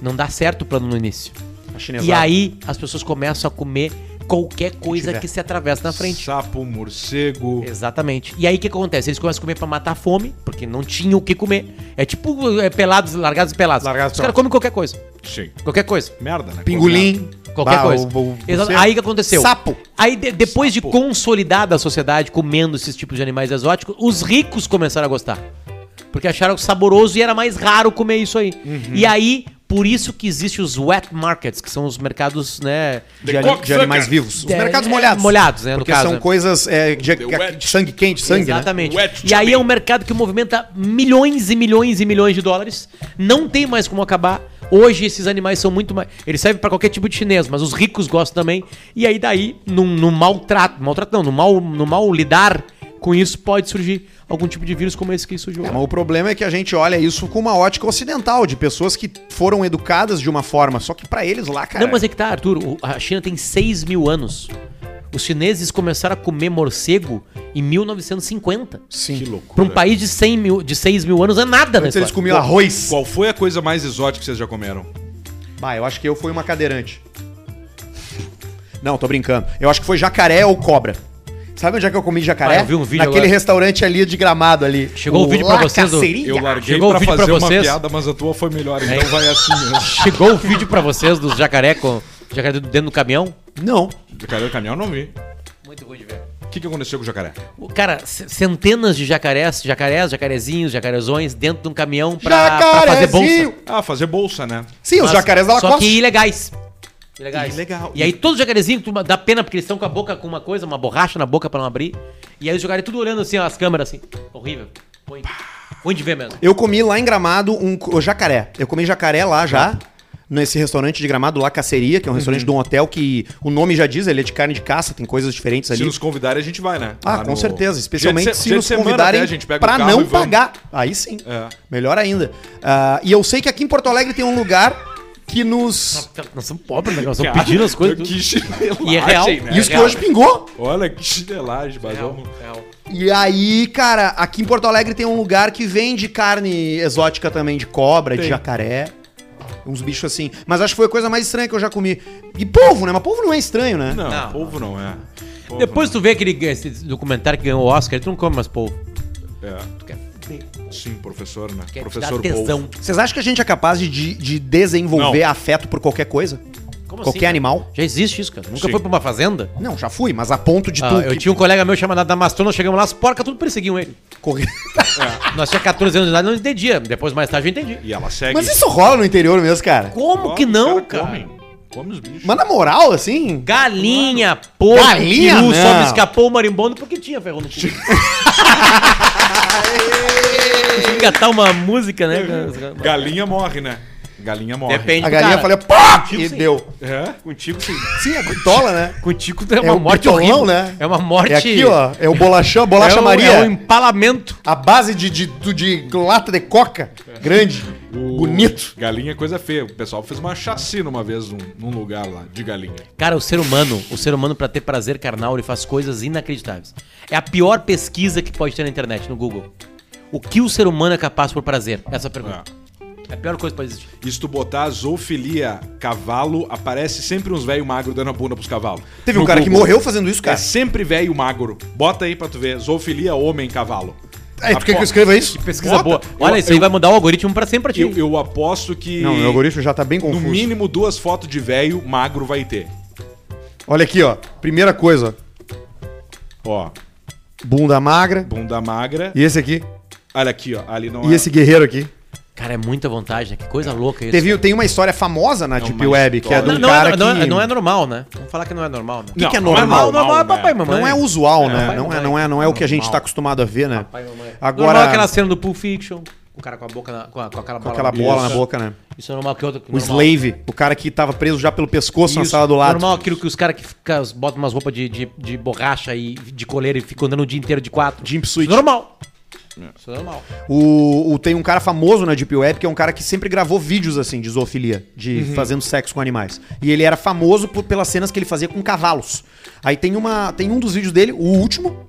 Não dá certo o plano no início. A E chinesada. aí as pessoas começam a comer qualquer coisa tiver. que se atravessa na frente. Sapo, morcego. Exatamente. E aí o que que acontece? Eles começam a comer pra matar a fome, porque não tinham o que comer. É tipo é, pelados, largados e pelados. Largados e Os pelados. caras comem qualquer coisa. Sim. Qualquer coisa. Merda, né? Pingolim. Qualquer bah, coisa. o- o- Exato. você- é Aí o que aconteceu? Sapo. Aí de- depois de consolidada a sociedade comendo esses tipos de animais exóticos, os ricos começaram a gostar. Porque acharam saboroso e era mais raro comer isso aí. Uhum. E aí, por isso que existem os wet markets, que são os mercados, né? De, ali- de animais vivos. Os É, mercados é, molhados. molhados, né, no Porque caso, são né? coisas é, de, The wet. sangue quente, sangue, né? Exatamente. Wet E aí shopping. é um mercado que movimenta milhões e milhões e milhões de dólares. Não tem mais como acabar. Hoje esses animais são muito mais. Eles servem pra qualquer tipo de chinês, mas os ricos gostam também. E aí daí, num, num maltrato, maltrato não, no mal, no mal lidar com isso, pode surgir algum tipo de vírus como esse que surgiu. É, lá. mas o problema é que a gente olha isso com uma ótica ocidental, de pessoas que foram educadas de uma forma, só que pra eles lá, cara. Não, mas é que tá, Arthur. o- A China tem 6 mil anos. Os chineses começaram a comer morcego em 1950. Sim. Que loucura. Pra um país de, 100 mil, de 6 mil anos é nada, É. Antes né? eles comiam arroz. Qual foi a coisa mais exótica que vocês já comeram? Ah, eu acho que eu fui uma cadeirante. Não, tô brincando. Eu acho que foi jacaré ou cobra. Sabe onde é que eu comi jacaré? Ah, eu vi um vídeo Naquele agora. restaurante ali de gramado ali. Chegou o vídeo pra vocês do- Lacaceria. Eu larguei Ah, Chegou o pra vídeo fazer pra uma vocês? É. piada, mas a tua foi melhor, então vai assim mesmo. Chegou o vídeo pra vocês dos jacaré com jacaré dentro do caminhão? Não. Jacaré do caminhão eu não vi. Muito ruim de ver. O que, que aconteceu com o jacaré? Cara, c- centenas de jacarés, jacarés, jacarezinhos, jacarezões dentro de um caminhão pra, pra fazer Jacarezinho! bolsa. Ah, fazer bolsa, né? Sim, os Mas- jacarés da Só Lacoste. que ilegais. Ilegais. Ilegal. E aí todo jacarezinho, tu dá pena porque eles estão com a boca com uma coisa, uma borracha na boca pra não abrir. E aí os jacaré tudo olhando assim, ó, as câmeras assim. Horrível. Ruim. Ruim de ver mesmo. Eu comi lá em Gramado um co- jacaré. Eu comi jacaré lá já. Nesse restaurante de gramado, lá Caceria, que é um Uhum. restaurante de um hotel que o nome já diz, ele é de carne de caça, tem coisas diferentes Se ali. nos convidarem, a gente vai, né? Ah, Lá com no- certeza. Especialmente Dia de se- se dia nos de semana, convidarem né? A gente pega o pra carro e não vamos. pagar. Aí sim. É. Melhor ainda. Ah, e eu sei que aqui em Porto Alegre tem um lugar que nos. Nós somos pobres, né? Nós estamos Cara, pedindo as coisas. tudo. Que chinelagem, E é real. né? Isso que real. hoje pingou. Olha que chinelagem, mas vamos... Real. E aí, cara, aqui em Porto Alegre tem um lugar que vende carne exótica também, de cobra, de Tem. jacaré. Uns bichos assim. Mas acho que foi a coisa mais estranha que eu já comi. E polvo, né? Mas polvo não é estranho, né? Não, Não. povo não é. Polvo Depois tu vê aquele esse documentário que ganhou o Oscar, tu não come mais polvo. não. É. Sim, professor, né? Quer professor te dar tesão. polvo. Vocês acham que a gente é capaz de, de- de desenvolver Não. afeto por qualquer coisa? Como qualquer assim, animal? Já existe isso, cara. Nunca Sim. foi pra uma fazenda? Não, já fui, mas a ponto de Ah, tu. eu que- tinha um colega meu chamado Adamastor, nós chegamos lá, as porcas tudo perseguiam ele. correr. Nós tinha 14 anos de idade, não entendia. Depois, mais tarde, eu entendi. E ela segue. Mas isso é um rola no interior mesmo, cara. Como Ó, que os não, cara cara? Come, come os bichos. Mas na moral, assim. Galinha, porco, Galinha, né? peru, só não. me escapou o marimbondo porque tinha ferro no cu. Tinha que Engatar uma música, né? É, Galinha morre, né? Galinha morre. Depende A do galinha cara. falou, pá! E sim. deu. É? Contigo, sim. Sim, a bitola, né? Contigo é É uma o morte bitolão, horrível. né? É uma morte... É aqui, ó. É o bolachão, É bolacha um- Maria. É um empalamento. A base de, de, do- de lata de coca, grande, O- bonito. Galinha é coisa feia. O pessoal fez uma chacina uma vez num, num lugar lá, de galinha. Cara, o ser humano, o ser humano para ter prazer carnal, ele faz coisas inacreditáveis. É a pior pesquisa que pode ter na internet, no Google. O que o ser humano é capaz por prazer? Essa é Hum. a pergunta. É. Ah. É a pior coisa pra existir. E se tu botar zoofilia cavalo, aparece sempre uns velho magro dando a bunda pros cavalos. Teve um No cara que Google. morreu fazendo isso, É cara. sempre velho magro. Bota aí pra tu ver. Zoofilia homem cavalo. Aí, tu quer que eu escreva isso? Bota. Pesquisa boa. Olha, é Eu- isso aí vai mudar o algoritmo pra sempre pra ti. Eu, eu aposto que Não, meu algoritmo já tá bem no confuso. mínimo duas fotos de velho magro vai ter. Olha aqui, ó. Primeira coisa, Ó, bunda magra. bunda magra. E esse aqui. Olha aqui, ó. Ali não E é. esse guerreiro aqui. Cara, é muita vontade, né? Que coisa louca isso. É. Teve, tem uma história famosa na Deep uma Web, que é de um história. Não, não é, cara no- não é- que... não é normal, né? Vamos falar que não é normal, né? que que é não normal? normal é né? papai e mamãe. Não é usual, né? Papai, Não é, mamãe. não é, não é o que a gente Normal. tá acostumado a ver, né? Papai é. e mamãe. Agora- Normal aquela cena do Pulp Fiction. O cara com a boca na, com, a- com aquela Com bola. aquela na bola na Isso. boca, né? Isso é normal que outra. O slave, o cara que tava preso já pelo pescoço na Isso, sala do lado. Normal aquilo que os caras que fica, botam umas roupas de, de, de borracha e de coleira e ficam andando o dia inteiro de quatro. Jumpsuit. Isso é normal. Isso é normal. O, o- tem um cara famoso na Deep Web que é um cara que sempre gravou vídeos assim de zoofilia, de Uhum. fazendo sexo com animais. E ele era famoso por- pelas cenas que ele fazia com cavalos. Aí tem uma, tem um dos vídeos dele, o último,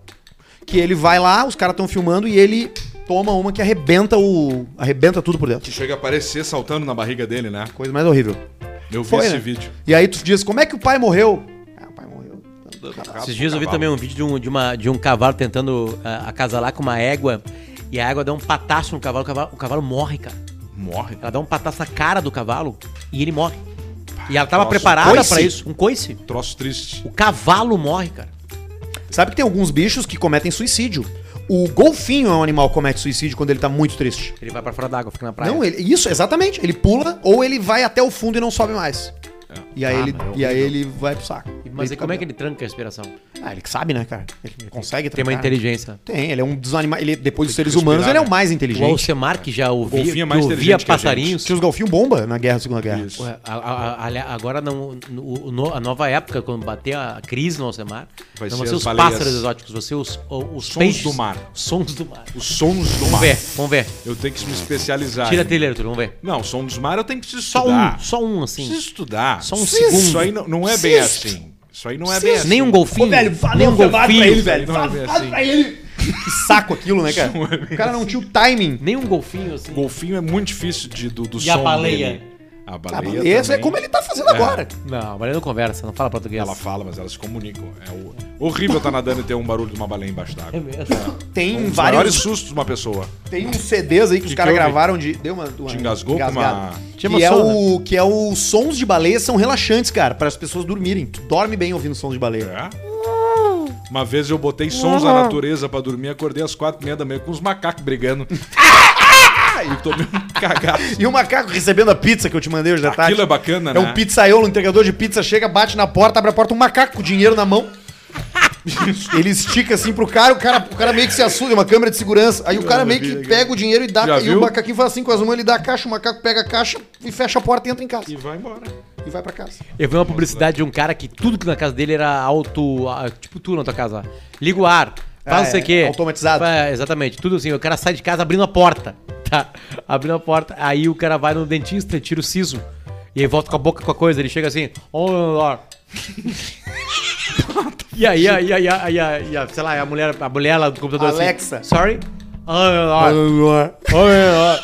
que ele vai lá, os caras estão filmando e ele toma uma que arrebenta o arrebenta tudo por dentro. Que chega a aparecer saltando na barriga dele, né? Coisa mais horrível. né? Eu vi esse vídeo. E aí tu diz, como é que o pai morreu? Ah, o pai morreu. Esses dias eu vi também um vídeo de um, de uma, de um cavalo tentando ah, acasalar com uma égua e a égua dá um pataço no cavalo, o cavalo, o cavalo morre, cara. Morre. Ela dá um pataço na cara do cavalo e ele morre. E ela tava Nossa, preparada coice? pra isso, um coice. Troço triste. O cavalo morre, cara. Sabe que tem alguns bichos que cometem suicídio. O golfinho é um animal que comete suicídio quando ele tá muito triste. Ele vai pra fora d'água, fica na praia. Não, é. ele- isso, exatamente. Ele pula ou ele vai até o fundo e não sobe mais. E aí, Ah, ele, mas é e horrível. aí ele vai pro saco. Mas Ele e como é que fica- ele tranca a respiração? Ah, ele que sabe, né, cara? Ele consegue Tem uma trancar. inteligência. Tem, ele é um dos animais. Ele, depois dos seres respirar, humanos, ele é né? o mais O inteligente. Alcemar, que já ouvia, golfinho é que mais ouvia inteligente que a gente. passarinhos. Tinha os golfinhos bomba na guerra, Segunda Guerra. Isso. Ué, a- a- a- ali- agora não, no- o no- a nova época, quando bater a crise no Alcemar, Vai ser não vão ser as os baleias. pássaros exóticos, vão ser os, o- os Sons peixes. do mar. Os Sons do mar. Os sons do Vamos mar. ver, vamos ver. Eu tenho que me especializar. Tira a trilha, Arthur, vamos ver. Não, som dos mar eu tenho que se Só estudar. um, só um, assim. Preciso estudar. Só um Isso segundo. aí não, não é bem assim. Isso aí não é bem assim. Nem um golfinho, nem um golfinho, Não é bem assim. Que saco aquilo, né, um cara? O cara assim. não tinha o timing. nem um golfinho, assim. Golfinho é muito difícil de, do, do E som a baleia? dele. A Ah, baleia. mas Esse é também. como ele tá fazendo agora. Não, mas ele não conversa, não fala português. Ela fala, mas elas se comunicam. É o- horrível estar nadando e ter um barulho de uma baleia embaixo d'água. É mesmo. Tem Um dos maiores vários. sustos de uma pessoa. Tem uns CDs aí que, os Que caras que houve? gravaram de. Deu uma. uma Te engasgou com engasgada. uma. Te Que é, emociona. o, que é o sons de baleia são relaxantes, cara, para as pessoas dormirem. Tu dorme bem ouvindo sons de baleia. É? Uma vez eu botei sons da natureza pra dormir, acordei às quatro e meia da manhã com os macacos brigando. e tomei um cagaço. E o macaco recebendo a pizza que eu te mandei hoje da tarde. Aquilo é bacana, É né? um pizzaiolo, um entregador de pizza, chega, bate na porta, abre a porta, um macaco com dinheiro na mão. Ele estica assim pro cara, o cara, o cara meio que se assusta, é uma câmera de segurança. Aí o cara meio que pega o dinheiro e dá. Já e viu? o macaquinho faz assim com as mãos, ele dá a caixa, o macaco pega a caixa e fecha a porta e entra em casa. E vai embora. E vai pra casa. Eu vi uma publicidade de um cara que tudo que na casa dele era auto. ah, Tipo tu na tua casa. Liga o ar, faz Ah, não sei o é, quê. automatizado. É, exatamente. Tudo assim. O cara sai de casa abrindo a porta. Tá? Abrindo a porta. Aí o cara vai no dentista, tira o siso. E aí volta com a boca com a coisa. Ele chega assim. Oh, e aí, aí, aí, aí, aí, aí, aí, sei lá, a mulher, a mulher lá do computador Alexa. assim. Sorry? Oh, Lord. é,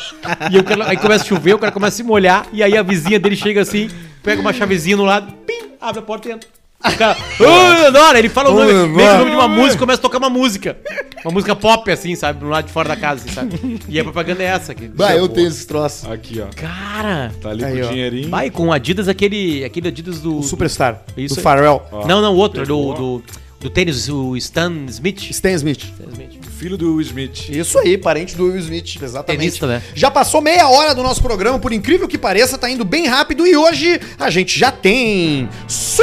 E o cara- aí começa a chover, o cara começa a se molhar, e aí a vizinha dele chega assim, pega uma chavezinha no lado, pim, abre a porta e entra. O cara, "Ô, Leonora", ele fala o nome, meio que o nome de uma música, começa a tocar uma música. Uma música pop, assim, sabe? Do lado de fora da casa, assim, sabe? E a propaganda é essa aqui. Bah, eu tenho esses troços. Aqui, ó. Cara! Tá ali Aí, com ó. o dinheirinho. Vai com o Adidas, aquele, aquele Adidas do. O Superstar. Isso do aí. Pharrell. Ah. Não, não, o outro, do, Pegou. do, do tênis, o Stan Smith. Stan Smith. Stan Smith. Filho do Will Smith. Isso aí, parente do Will Smith, exatamente. Tenista, né? Já passou meia hora do nosso programa, por incrível que pareça, tá indo bem rápido e hoje a gente já tem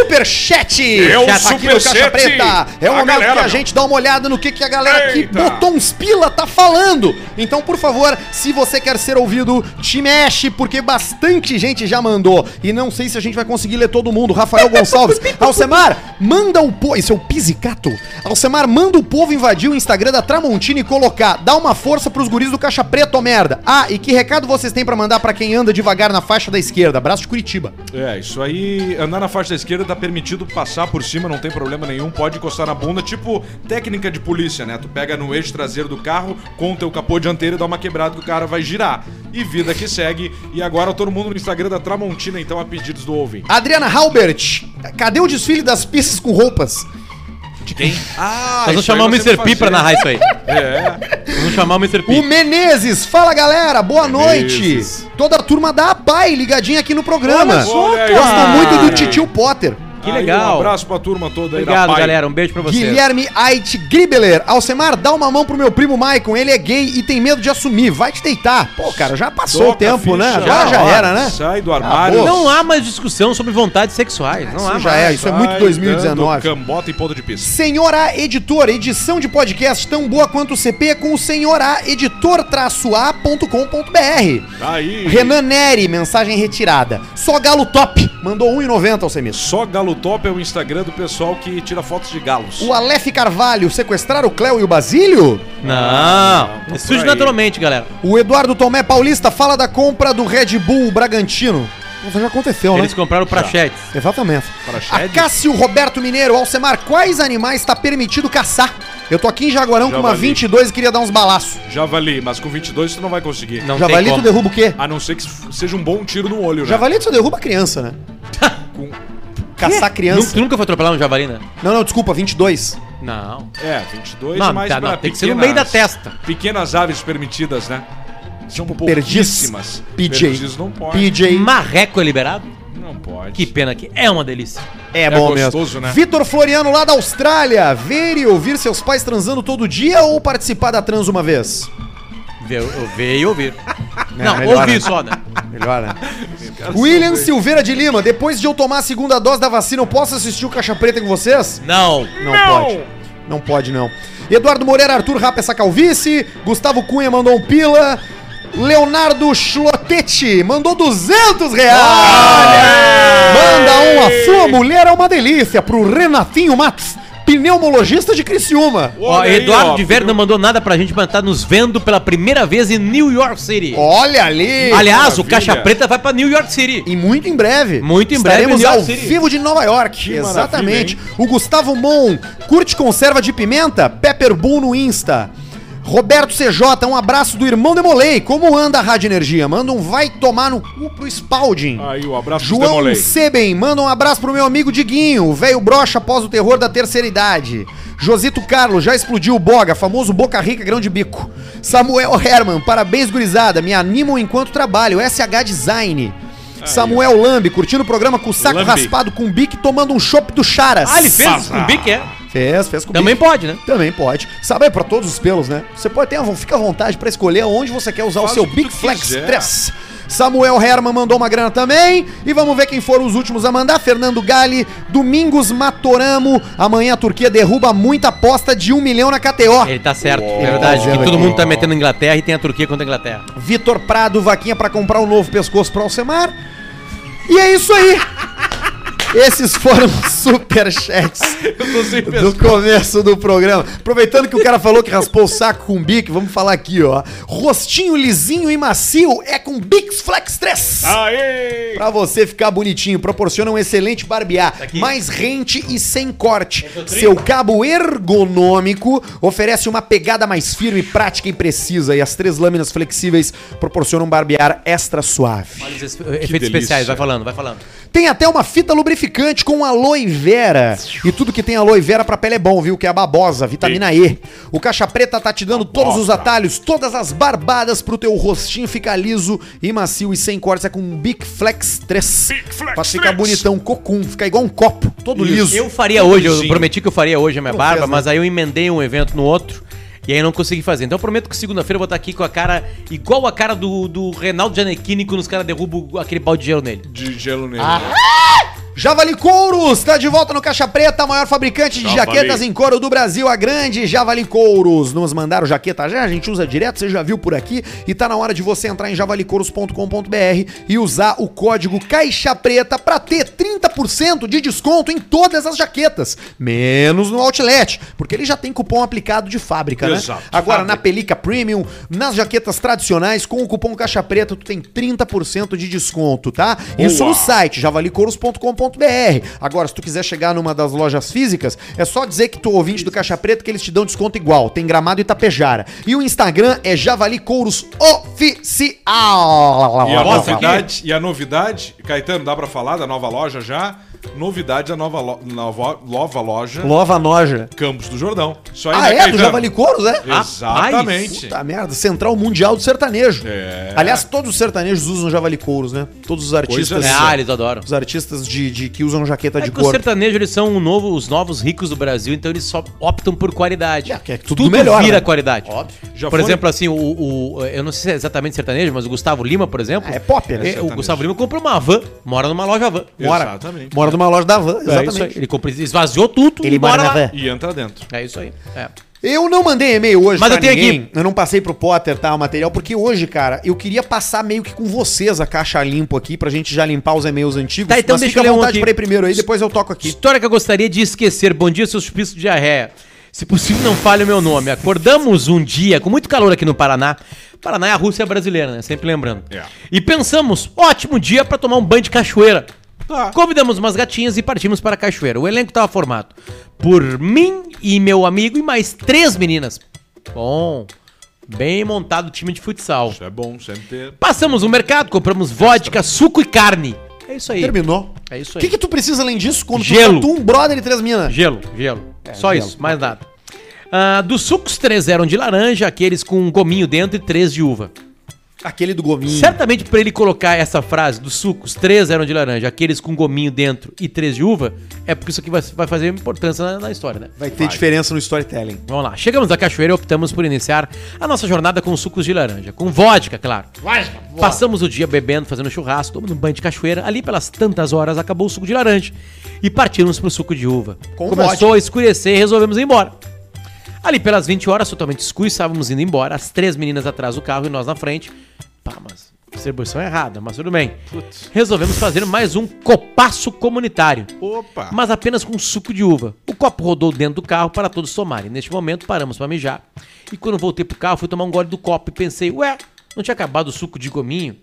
Superchat! É o aqui no Caixa Superchat. Preta! É o A momento galera, que a meu. gente dá uma olhada no que, que a galera que Eita. botou uns pila tá falando. Então, por favor, se você quer ser ouvido, te mexe, porque bastante gente já mandou. E não sei se a gente vai conseguir ler todo mundo. Rafael Gonçalves. Alcemar, manda o povo... Isso é o Pizzicato? Alcemar, manda o povo invadir o Instagram da Tramontina e colocar. Dá uma força pros guris do Caixa Preto, ô merda. Ah, e que recado vocês têm pra mandar pra quem anda devagar na faixa da esquerda? Abraço de Curitiba. É, isso aí. Andar na faixa da esquerda tá permitido passar por cima, não tem problema nenhum. Pode encostar na bunda, tipo técnica de polícia, né? Tu pega no eixo traseiro do carro, com o teu capô dianteiro e dá uma quebrada que o cara vai girar. E vida que segue. E agora todo mundo no Instagram da Tramontina, então, a pedidos do ouvinte. Adriana Halbert, cadê o desfile das pistas com roupas? De quem? Ah, isso Nós aí vamos chamar o nós Mr. temos P que pra fazer. narrar isso aí. É. Vamos chamar o Mr. P. O Menezes, fala galera, boa Menezes. noite. Toda a turma da APAI ligadinha aqui no programa. Olha só, Gostam cara. muito do Titio Potter. que legal. Um abraço pra turma toda aí da Obrigado, Pai. galera. Um beijo pra vocês. Guilherme Ait Gribeler. Alcemar, dá uma mão pro meu primo Maicon. Ele é gay e tem medo de assumir. Vai te deitar. Pô, cara, já passou o Toca a tempo, ficha. né? Agora já Olha, era, né? Sai do armário. Acabou. Não há mais discussão sobre vontades sexuais. Não há Isso já mais. é, isso é Sai muito 2019. dando Cambota e ponta de pista. Senhora Editora, edição de podcast tão boa quanto o CP com o senhoraeditor-a.com.br. Tá Aí. Renan Neri, mensagem retirada. Só Galo Top, mandou 1,90 ao Semir. Só Galo Top é o Instagram do pessoal que tira fotos de galos. O Aleph Carvalho, sequestrar o Cléo e o Basílio? Não. Não, Surge por aí. naturalmente, galera. O Eduardo Tomé Paulista fala da compra do Red Bull Bragantino. Isso já aconteceu, Eles né? compraram prachetes. Exatamente. Para A Shed? Cássio Roberto Mineiro, Alcemar, quais animais está permitido caçar? Eu tô aqui em Jaguarão com uma Javali. 22 e queria dar uns balaços. Javali, mas com 22 você não Ah, vai conseguir. Não Javali, tem tu como. derruba o quê? A não ser que f- seja um bom tiro no olho, né? Javali só derruba criança, né? Com- Caçar Nu- criança. Tu nunca foi atropelar um javali, né? Não, não, desculpa, 22. Não. É, 22 Não, mais tá, não, pra tem que ser no meio da testa. Pequenas aves permitidas, né? São Perdiz. pouquíssimas. PJ. Perdiz não pode. PJ. Marreco é liberado? Não pode. Que pena que é uma delícia. É, bom bom gostoso, mesmo. né? Vitor Floriano, lá da Austrália. Ver e ouvir seus pais transando todo dia ou participar da trans uma vez? Ve- Eu veio e ouvir. Não, melhor, ouvir né? só, né? Melhor, né? William Silveira de Lima, depois de eu tomar a segunda dose da vacina, eu posso assistir o Caixa Preta com vocês? Não. Não, pode. Não pode, não. Eduardo Moreira, Arthur Rapa essa calvície. Gustavo Cunha mandou um pila. Leonardo Schlotetti mandou 200 reais. Manda um. A sua mulher é uma delícia pro Renatinho Matos, pneumologista de Criciúma. Ó, Olha aí, Eduardo ó, de Verde não viu? mandou nada pra gente, mas tá nos vendo pela primeira vez em New York City. Olha ali. Aliás, o maravilha. Caixa Preta vai pra New York City. E muito em breve. Muito em breve, Ah, Estaremos New York ao City. vivo de Nova York. maravilha, Exatamente. O Gustavo Mon, curte conserva de pimenta? Pepper Boom no Insta. Roberto CJ, um abraço do irmão Demolei. Como anda a Rádio Energia? Manda um vai tomar no cu pro Spalding. Aí, o abraço do João Demolei. Seben, manda um abraço pro meu amigo Diguinho, o velho brocha após o terror da terceira idade. Josito Carlos, já explodiu o Boga, famoso Boca Rica Grão de Bico. Samuel Herman, parabéns gurizada, me animam enquanto trabalho, SH Design. Samuel Lambi, curtindo o programa com o saco Lambi. raspado com bico e tomando um chopp do Charas. Ah, ele fez Sazá. o bico, é? Fez, fez com Também pode, né? Também pode. Sabe, é pra todos os pelos, né? Você pode ter, fica à vontade pra escolher onde você quer usar Faz o seu o que Big tu Flex quiser. 3. Samuel Herman mandou uma grana também. E vamos ver quem foram os últimos a mandar. Fernando Gali, Domingos Matoramo. Amanhã a Turquia derruba muita aposta de um milhão na KTO. Ele tá certo, Uou. é Tá verdade. Que vendo todo aqui. mundo tá metendo a Inglaterra e tem a Turquia contra a Inglaterra. Vitor Prado, vaquinha pra comprar um novo pescoço pra Alcemar. E é isso aí. Esses foram os superchats. Eu tô sem do pescoço. começo do programa. Aproveitando que o cara falou que raspou o saco com bique, vamos falar aqui, ó. Rostinho lisinho e macio é com Bix Flex 3. Ah. Aê! Pra você ficar bonitinho, proporciona um excelente barbear, aqui? mais rente e sem corte. Seu cabo ergonômico oferece uma pegada mais firme, prática e precisa. E as três lâminas flexíveis proporcionam um barbear extra suave. Olha os es- efeitos especiais, vai falando, vai falando. Tem até uma fita lubrificante com aloe vera. E tudo que tem aloe vera pra pele é bom, viu? Que é a babosa, vitamina E. O Caixa Preta tá te dando todos os atalhos, todas as barbadas pro teu rostinho ficar liso e macio e sem cortes. É com Big Flex 3. Big Flex pra ficar 3. cocum, cocum, ficar igual um copo, todo liso. Eu faria hoje, eu Sim. prometi que eu faria hoje a minha Não barba, fez, né? mas aí eu emendei um evento no outro e aí eu não consegui fazer. Então eu prometo que segunda-feira eu vou estar aqui com a cara igual a cara do, do Reinaldo Gianecchini quando os caras derrubam aquele balde de gelo nele. De gelo nele. Ah. Javali Couros, tá de volta no Caixa Preta, a maior fabricante de Javali. jaquetas em couro do Brasil, a grande Javali Couros. Nos mandaram jaqueta já, a gente usa direto, você já viu por aqui, e tá na hora de você entrar em javalicouros.com.br e usar o código Caixa Preta pra ter 30% de desconto em todas as jaquetas, menos no Outlet, porque ele já tem cupom aplicado de fábrica, né? Exato. Agora, Fábrica. na Pelica Premium, nas jaquetas tradicionais, com o cupom Caixa Preta, tu tem 30% de desconto, tá? Isso Boa. no site, javalicouros.com.br. Agora, se tu quiser chegar numa das lojas físicas, é só dizer que tu é ouvinte do Caixa Preta que eles te dão desconto igual. Tem Gramado e Tapejara. E o Instagram é Javali Couros Oficial. E a, Nossa, novidade, e a novidade, Caetano, dá pra falar da nova loja já? Novidade da nova, lo- nova, nova loja Lova Noja. Campos do Jordão. Só aí Ah, na é? Do Caetano. Javali Coros, é? Ah, Exatamente. Puta merda, Central Mundial do Sertanejo. É. Aliás, todos os sertanejos usam javalicouros, né? Todos os artistas. Coisa Ah, eles adoram. Os artistas de, de- que usam jaqueta É de porque os couro. sertanejos eles são o novo- os novos ricos do Brasil, então eles só optam por qualidade. É, que é tudo melhor, vira né? qualidade. Óbvio. Já por foi- exemplo, assim, o, o- eu não sei se é exatamente sertanejo, mas o Gustavo Lima, por exemplo. Ah, é pop, né? eh, o sertanejo. Gustavo Lima comprou uma van, mora numa loja van. Mora. Exatamente. Mora numa loja da van, É isso aí. exatamente. Ele comprou, esvaziou tudo Ele e mora mora na lá. van. E entra dentro. É isso aí. É. Eu não mandei e-mail hoje, Mas pra eu tenho ninguém. aqui. Eu não passei pro Potter, tá? O material, porque hoje, cara, eu queria passar meio que com vocês a caixa limpo aqui, pra gente já limpar os e-mails antigos. Tá, então mas deixa fica eu ler à um vontade aqui. pra ir primeiro aí, depois eu toco aqui. História que eu gostaria de esquecer. Bom dia, seus chupiços de diarreia. Se possível, não fale o meu nome. Acordamos um dia com muito calor aqui no Paraná. Paraná é a Rússia brasileira, né? Sempre lembrando. É. E pensamos, ótimo dia pra tomar um banho de cachoeira. Tá. Convidamos umas gatinhas e partimos para a cachoeira. O elenco estava formado por mim e meu amigo e mais três meninas. Bom, bem montado o time de futsal. Isso é bom, sempre ter. Passamos no mercado, compramos vodka, suco e carne. É isso aí. Terminou. É O isso aí. que, que tu precisa além disso quando Gelo. tu tatua um brother e três minas? Ah, Gelo, gelo. Só gelo. isso, mais nada. Ah, dos sucos, três eram de laranja, aqueles com um gominho dentro e três de uva. Aquele do gominho. Certamente para ele colocar essa frase dos sucos, três eram de laranja, aqueles com gominho dentro e três de uva, é porque isso aqui vai, vai fazer importância na, na história, né? Vai ter diferença no storytelling. Vamos lá. Chegamos à cachoeira e optamos por iniciar a nossa jornada com sucos de laranja. Com vodka, claro. Passamos o dia bebendo, fazendo churrasco, tomando um banho de cachoeira. Ali pelas tantas horas acabou o suco de laranja e partimos pro suco de uva. Com Começou a escurecer e resolvemos ir embora. Ali pelas 20 horas, totalmente escuro, estávamos indo embora. As três meninas atrás do carro e nós na frente. Pá, mas distribuição errada, mas tudo bem. Resolvemos fazer mais um copaço comunitário Opa! mas apenas com suco de uva. O copo rodou dentro do carro para todos tomarem. Neste momento, paramos para mijar. E quando voltei pro carro, fui tomar um gole do copo e pensei, ué, não tinha acabado o suco de gominho?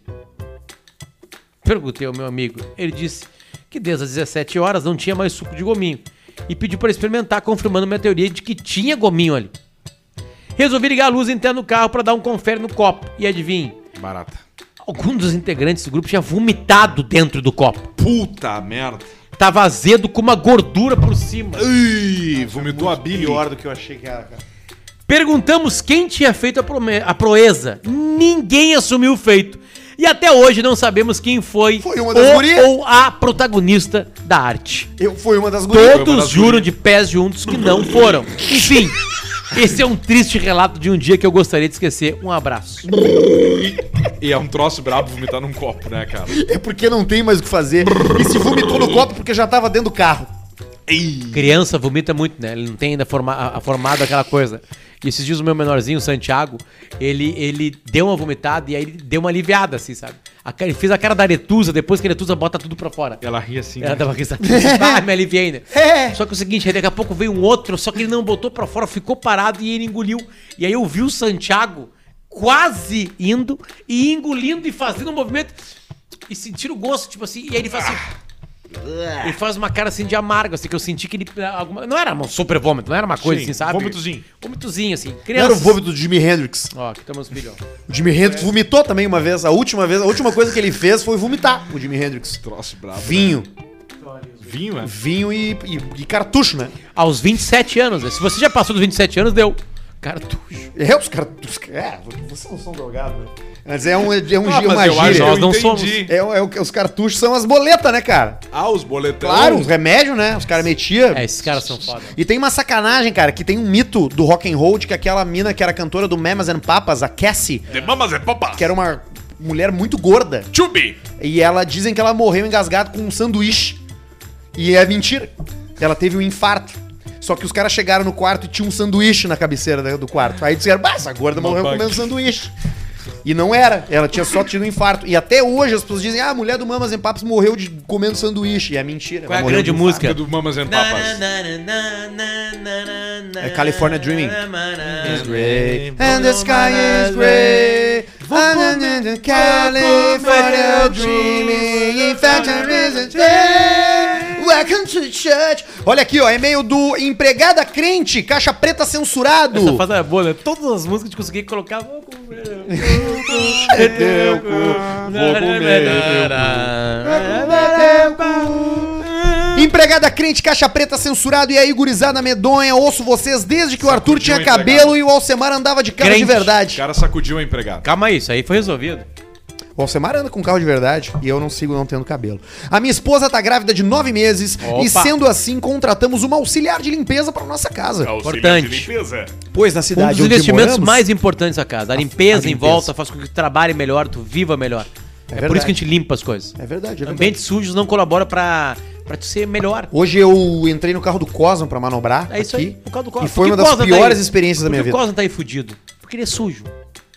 Perguntei ao meu amigo. Ele disse que desde as 17 horas não tinha mais suco de gominho. E pediu para experimentar, confirmando minha teoria de que tinha gominho ali. Resolvi ligar a luz interna do carro para dar um confere no copo. E adivinhe, Barata. algum dos integrantes do grupo tinha vomitado dentro do copo. Puta merda. Tava azedo com uma gordura por cima. Ih, vomitou a Billy. do que eu achei que era, cara. Perguntamos quem tinha feito a, prome- a proeza. Ninguém assumiu o feito. E até hoje não sabemos quem foi, Foi uma das o gurias. ou a protagonista da arte. Eu fui uma das gurias. Foi uma Todos das juram gurias. de pés juntos que não foram. Enfim, esse é um triste relato de um dia que eu gostaria de esquecer. Um abraço. E é um troço brabo vomitar num copo, né, cara? É porque não tem mais o que fazer. E se vomitou no copo porque já tava dentro do carro. Criança vomita muito, né? Ele não tem ainda forma, a- a- formado aquela coisa. E esses dias o meu menorzinho, o Santiago, ele, ele deu uma vomitada e aí ele deu uma aliviada, assim, sabe? A cara- ele fez a cara da Aretusa, depois que a Aretusa bota tudo pra fora. Ela ri assim. Ela dava risada. Ah, me aliviei, né? É. Só que o seguinte, aí daqui a pouco veio um outro, só que ele não botou pra fora, ficou parado e ele engoliu. E aí eu vi o Santiago quase indo e engolindo e fazendo um movimento e sentir o gosto, tipo assim, e aí ele faz assim. Ele faz uma cara assim de amargo, assim, que eu senti que ele. alguma- não era um super vômito, não era uma coisa Sim, assim, sabe? vômitozinho. Vômitozinho, assim. Não Criança. era o vômito do Jimi Hendrix. Ó, aqui estamos milhão. O Jimi Hendrix vomitou também uma vez. A última vez, a última coisa que ele fez foi vomitar o Jimi Hendrix. Troço brabo. né? Vinho. Vinho, é? Vinho e, e- e cartucho, né? Aos 27 anos, né? Se você já passou dos 27 anos, deu. Cartucho. É, os cartuchos. É, vocês não são drogados, né? Mas é um, é um, Ah, gi- uma mas eu acho que gíria. Nós eu não entendi. É, o- é o que- os cartuchos são as boletas, né, cara? Ah, os boletão. Claro, os remédios, né? Os caras metiam. É, esses caras são foda. E tem uma sacanagem, cara, que tem um mito do rock and roll de que aquela mina que era cantora do Mamas and Papas, a Cassie, The mamas é papas. que era uma mulher muito gorda, Chubi. e ela dizem que ela morreu engasgada com um sanduíche. E é mentira. Ela teve um infarto. Só que os caras chegaram no quarto e tinha um sanduíche na cabeceira da- do quarto. Aí disseram, bah, essa gorda morreu bug. comendo sanduíche. E não era, ela tinha só tido um infarto. E até hoje as pessoas dizem, ah, a mulher do Mamas and Papas morreu de comendo sanduíche. E é mentira. Qual ela é a morreu grande de um música? Do mamas é papas. É California Dreaming. Dreaming. gray, and the sky né, is gray. And in the California dreaming, in fact there is a day. Welcome to church. Olha aqui, ó, e-mail do empregada crente, caixa preta Essa censurado. fase era boa, né? Todas as músicas que eu consegui colocar. Vou comer. Teu é cu, vou comer. teu cu. Ah. empregada crente, caixa preta, censurado e aí, gurizada medonha, ouço vocês desde que o Arthur Sacudiu tinha a empregada. cabelo e o Alcemar andava de carro de Crente. O verdade. cara sacudiu a empregada. Calma aí, isso aí foi resolvido. O Alcemar anda com carro de verdade e eu não sigo não tendo cabelo. A minha esposa tá grávida de nove meses e, Opa. sendo assim, contratamos uma auxiliar de limpeza para nossa casa. Auxílio Importante. de limpeza. Pois na É Um cidade dos onde investimentos moramos- mais importantes da casa. A limpeza, a em limpeza. volta faz com que tu trabalhe melhor, tu viva melhor. É É, por verdade. isso que a gente limpa as coisas. É verdade, é verdade. Ambientes sujos não colaboram pra, pra tu ser melhor. Hoje eu entrei no carro do Cosmo pra manobrar. É isso aí, por causa do Cosmo. E foi Por uma que das Cosmo tá piores aí? experiências da minha Porque vida. O Cosmo tá aí fudido. Porque ele é sujo.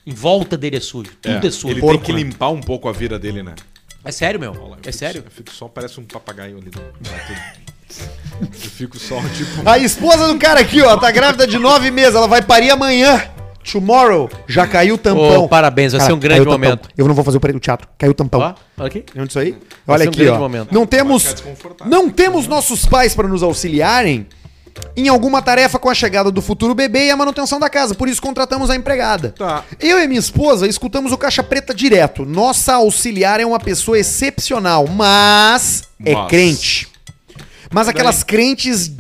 Em volta dele é sujo. Tudo é, sujo. Ele tem Porco, que né? limpar um pouco a vida dele, né? É sério, meu. Olha lá, eu É fico- sério. Eu fico só, parece um papagaio ali. né? Eu fico só, tipo... A esposa do cara aqui, ó, tá grávida de nove meses. Ela vai parir amanhã. Tomorrow. Já caiu o tampão. Ô, parabéns, vai Cara, ser um grande caiu o tampão. momento. Eu não vou fazer o pre- o teatro. Caiu o tampão. Ó, olha aqui. Lembra disso aí? Vai Olha ser um aqui, grande ó. momento. Não temos, ficar desconfortável. não temos nossos pais para nos auxiliarem em alguma tarefa com a chegada do futuro bebê e a manutenção da casa. Por isso contratamos a empregada. Tá. Eu e minha esposa escutamos o Caixa Preta direto. Nossa auxiliar é uma pessoa excepcional, mas é Mas. crente. Mas aquelas crentes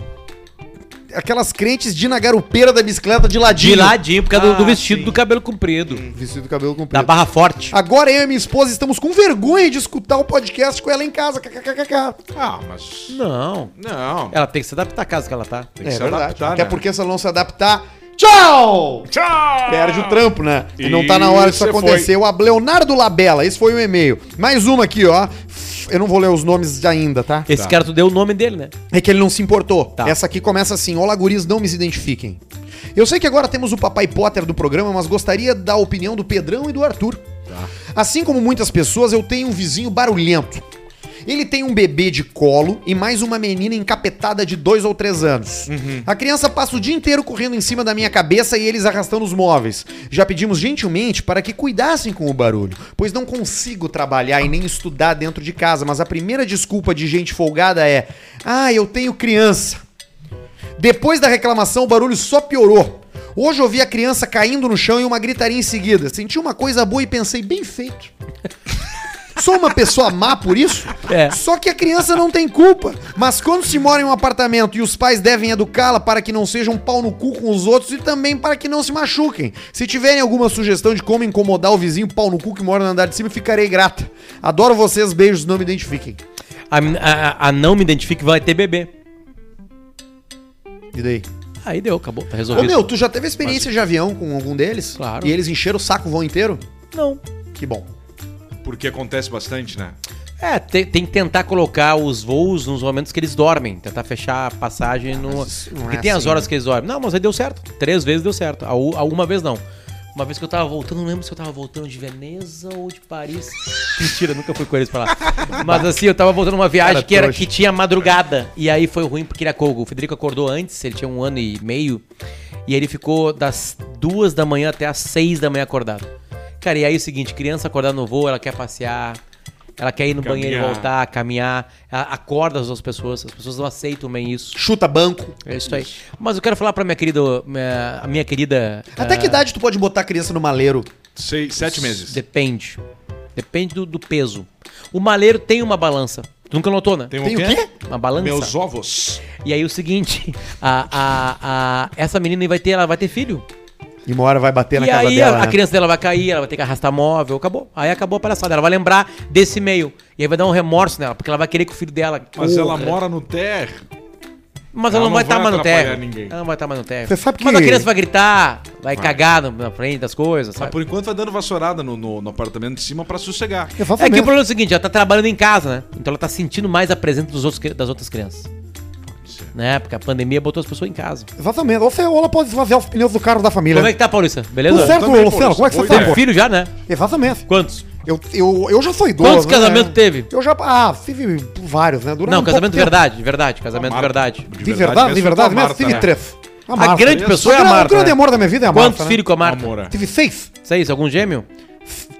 aquelas crentes de na garupeira da bicicleta de ladinho. De ladinho, por causa do- do Ah, vestido sim. do cabelo comprido. Vestido de cabelo comprido. Da barra forte. Agora eu e minha esposa estamos com vergonha de escutar o podcast com ela em casa. KKKKK. Ah, mas... Não. Não, Ela tem que se adaptar à casa que ela tá. tem É que se verdade. adaptar, Até né? porque se ela não se adaptar, tchau! Tchau! Perde o trampo, né? E não tá na hora disso Ah. Isso é foi. acontecer. O Leonardo Labella, esse foi o e-mail. Mais uma aqui, ó. Eu não vou ler os nomes ainda, tá? Esse cara, tu deu o nome dele, né? É que ele não se importou. Tá. Essa aqui começa assim: Olá, guris, não me identifiquem. Eu sei que agora temos o Papai Potter do programa, mas gostaria da opinião do Pedrão e do Arthur. Assim como muitas pessoas, eu tenho um vizinho barulhento. Ele tem um bebê de colo e mais uma menina encapetada de dois ou três anos. A criança passa o dia inteiro correndo em cima da minha cabeça e eles arrastando os móveis. Já pedimos gentilmente para que cuidassem com o barulho, pois não consigo trabalhar e nem estudar dentro de casa, mas a primeira desculpa de gente folgada é: ah, eu tenho criança. Depois da reclamação, o barulho só piorou. Hoje eu vi a criança caindo no chão e uma gritaria em seguida. Senti uma coisa boa e pensei, bem feito. Sou uma pessoa má por isso? É. Só que a criança não tem culpa. Mas quando se mora em um apartamento e os pais devem educá-la para que não seja um pau no cu com os outros e também para que não se machuquem. Se tiverem alguma sugestão de como incomodar o vizinho pau no cu que mora no andar de cima, ficarei grata. Adoro vocês, beijos, não me identifiquem. A, a- a não me identifique vai ter bebê. E daí? Aí deu, acabou. Tá Ô resolvido. meu, tu já teve experiência de avião com algum deles? Claro. E eles encheram o saco o voo inteiro? Não. Que bom. Porque acontece bastante, né? É, te- tem, que tentar colocar os voos nos momentos que eles dormem. Tentar fechar a passagem no. mas isso não Porque é tem as assim, horas que eles dormem. Não, mas aí deu certo. Três vezes deu certo. A, u- a uma vez não. Uma vez que eu tava voltando, não lembro se eu tava voltando de Veneza ou de Paris. Mentira, nunca fui com eles pra lá. Mas assim, eu tava voltando uma viagem Cara, que, era, trouxa. que tinha madrugada. E aí foi ruim porque ele acordou. O Federico acordou antes, ele tinha um ano e meio. E ele ficou das duas da manhã até as seis da manhã acordado. Cara, e aí é o seguinte, criança acordada no voo, ela quer passear, ela quer ir no banheiro e Caminhar. voltar, caminhar, ela acorda as duas pessoas, as pessoas não aceitam bem isso. Chuta banco. É isso aí. Mas eu quero falar pra minha querida, minha- a minha querida... ah, Até que idade tu pode botar a criança no maleiro? Seis, sete meses. Depende. Depende do, do peso. O maleiro tem uma balança. Tu nunca notou, né? Tem um o quê? Uma balança. Meus ovos. E aí o seguinte, a, a, a- essa menina vai ter, ela vai ter filho. E uma hora vai bater e aí a, né? a criança dela vai cair, ela vai ter que arrastar móvel, acabou. Aí acabou a palhaçada, ela vai lembrar desse e-mail. E aí vai dar um remorso nela, porque ela vai querer que o filho dela... Mas ela corra. mora no terra. Mas Ela ela, não não vai estar vai mais no atrapalhar terra. ninguém. Ela não vai estar mais no terra. Você sabe Mas que- a criança vai gritar, vai, cagar no- na frente das coisas, Mas sabe? por enquanto vai dando vassourada no, no- no apartamento de cima pra sossegar. Eu falo É que o mesmo. problema é o seguinte, ela tá trabalhando em casa, né? Então ela tá sentindo mais a presença dos outros, cri- das outras crianças. é Né? Porque a pandemia botou as pessoas em casa. Exatamente. Ou você ou ela pode esvaziar os pneus do carro da família. Como é que tá, Paulista? Beleza? Tudo né? certo, Também, Luciano? pô, Como é que você boa tá, ideia. Teve pô? filho já, né? Exatamente. Quantos? Eu, eu, eu já sou idoso. né? Quantos casamentos teve? Eu já. Ah, tive vários, né? Durante Não, um casamento de pouco verdade, de verdade, casamento de Marta. verdade. tempo. De verdade, de verdade mesmo. Marta, Tive né? três. A grande pessoa é a Marta. O Marta, grande né? amor da minha vida é a Quantos Marta. né? filhos com a Marta? Amora. Tive seis. Seis, algum gêmeo?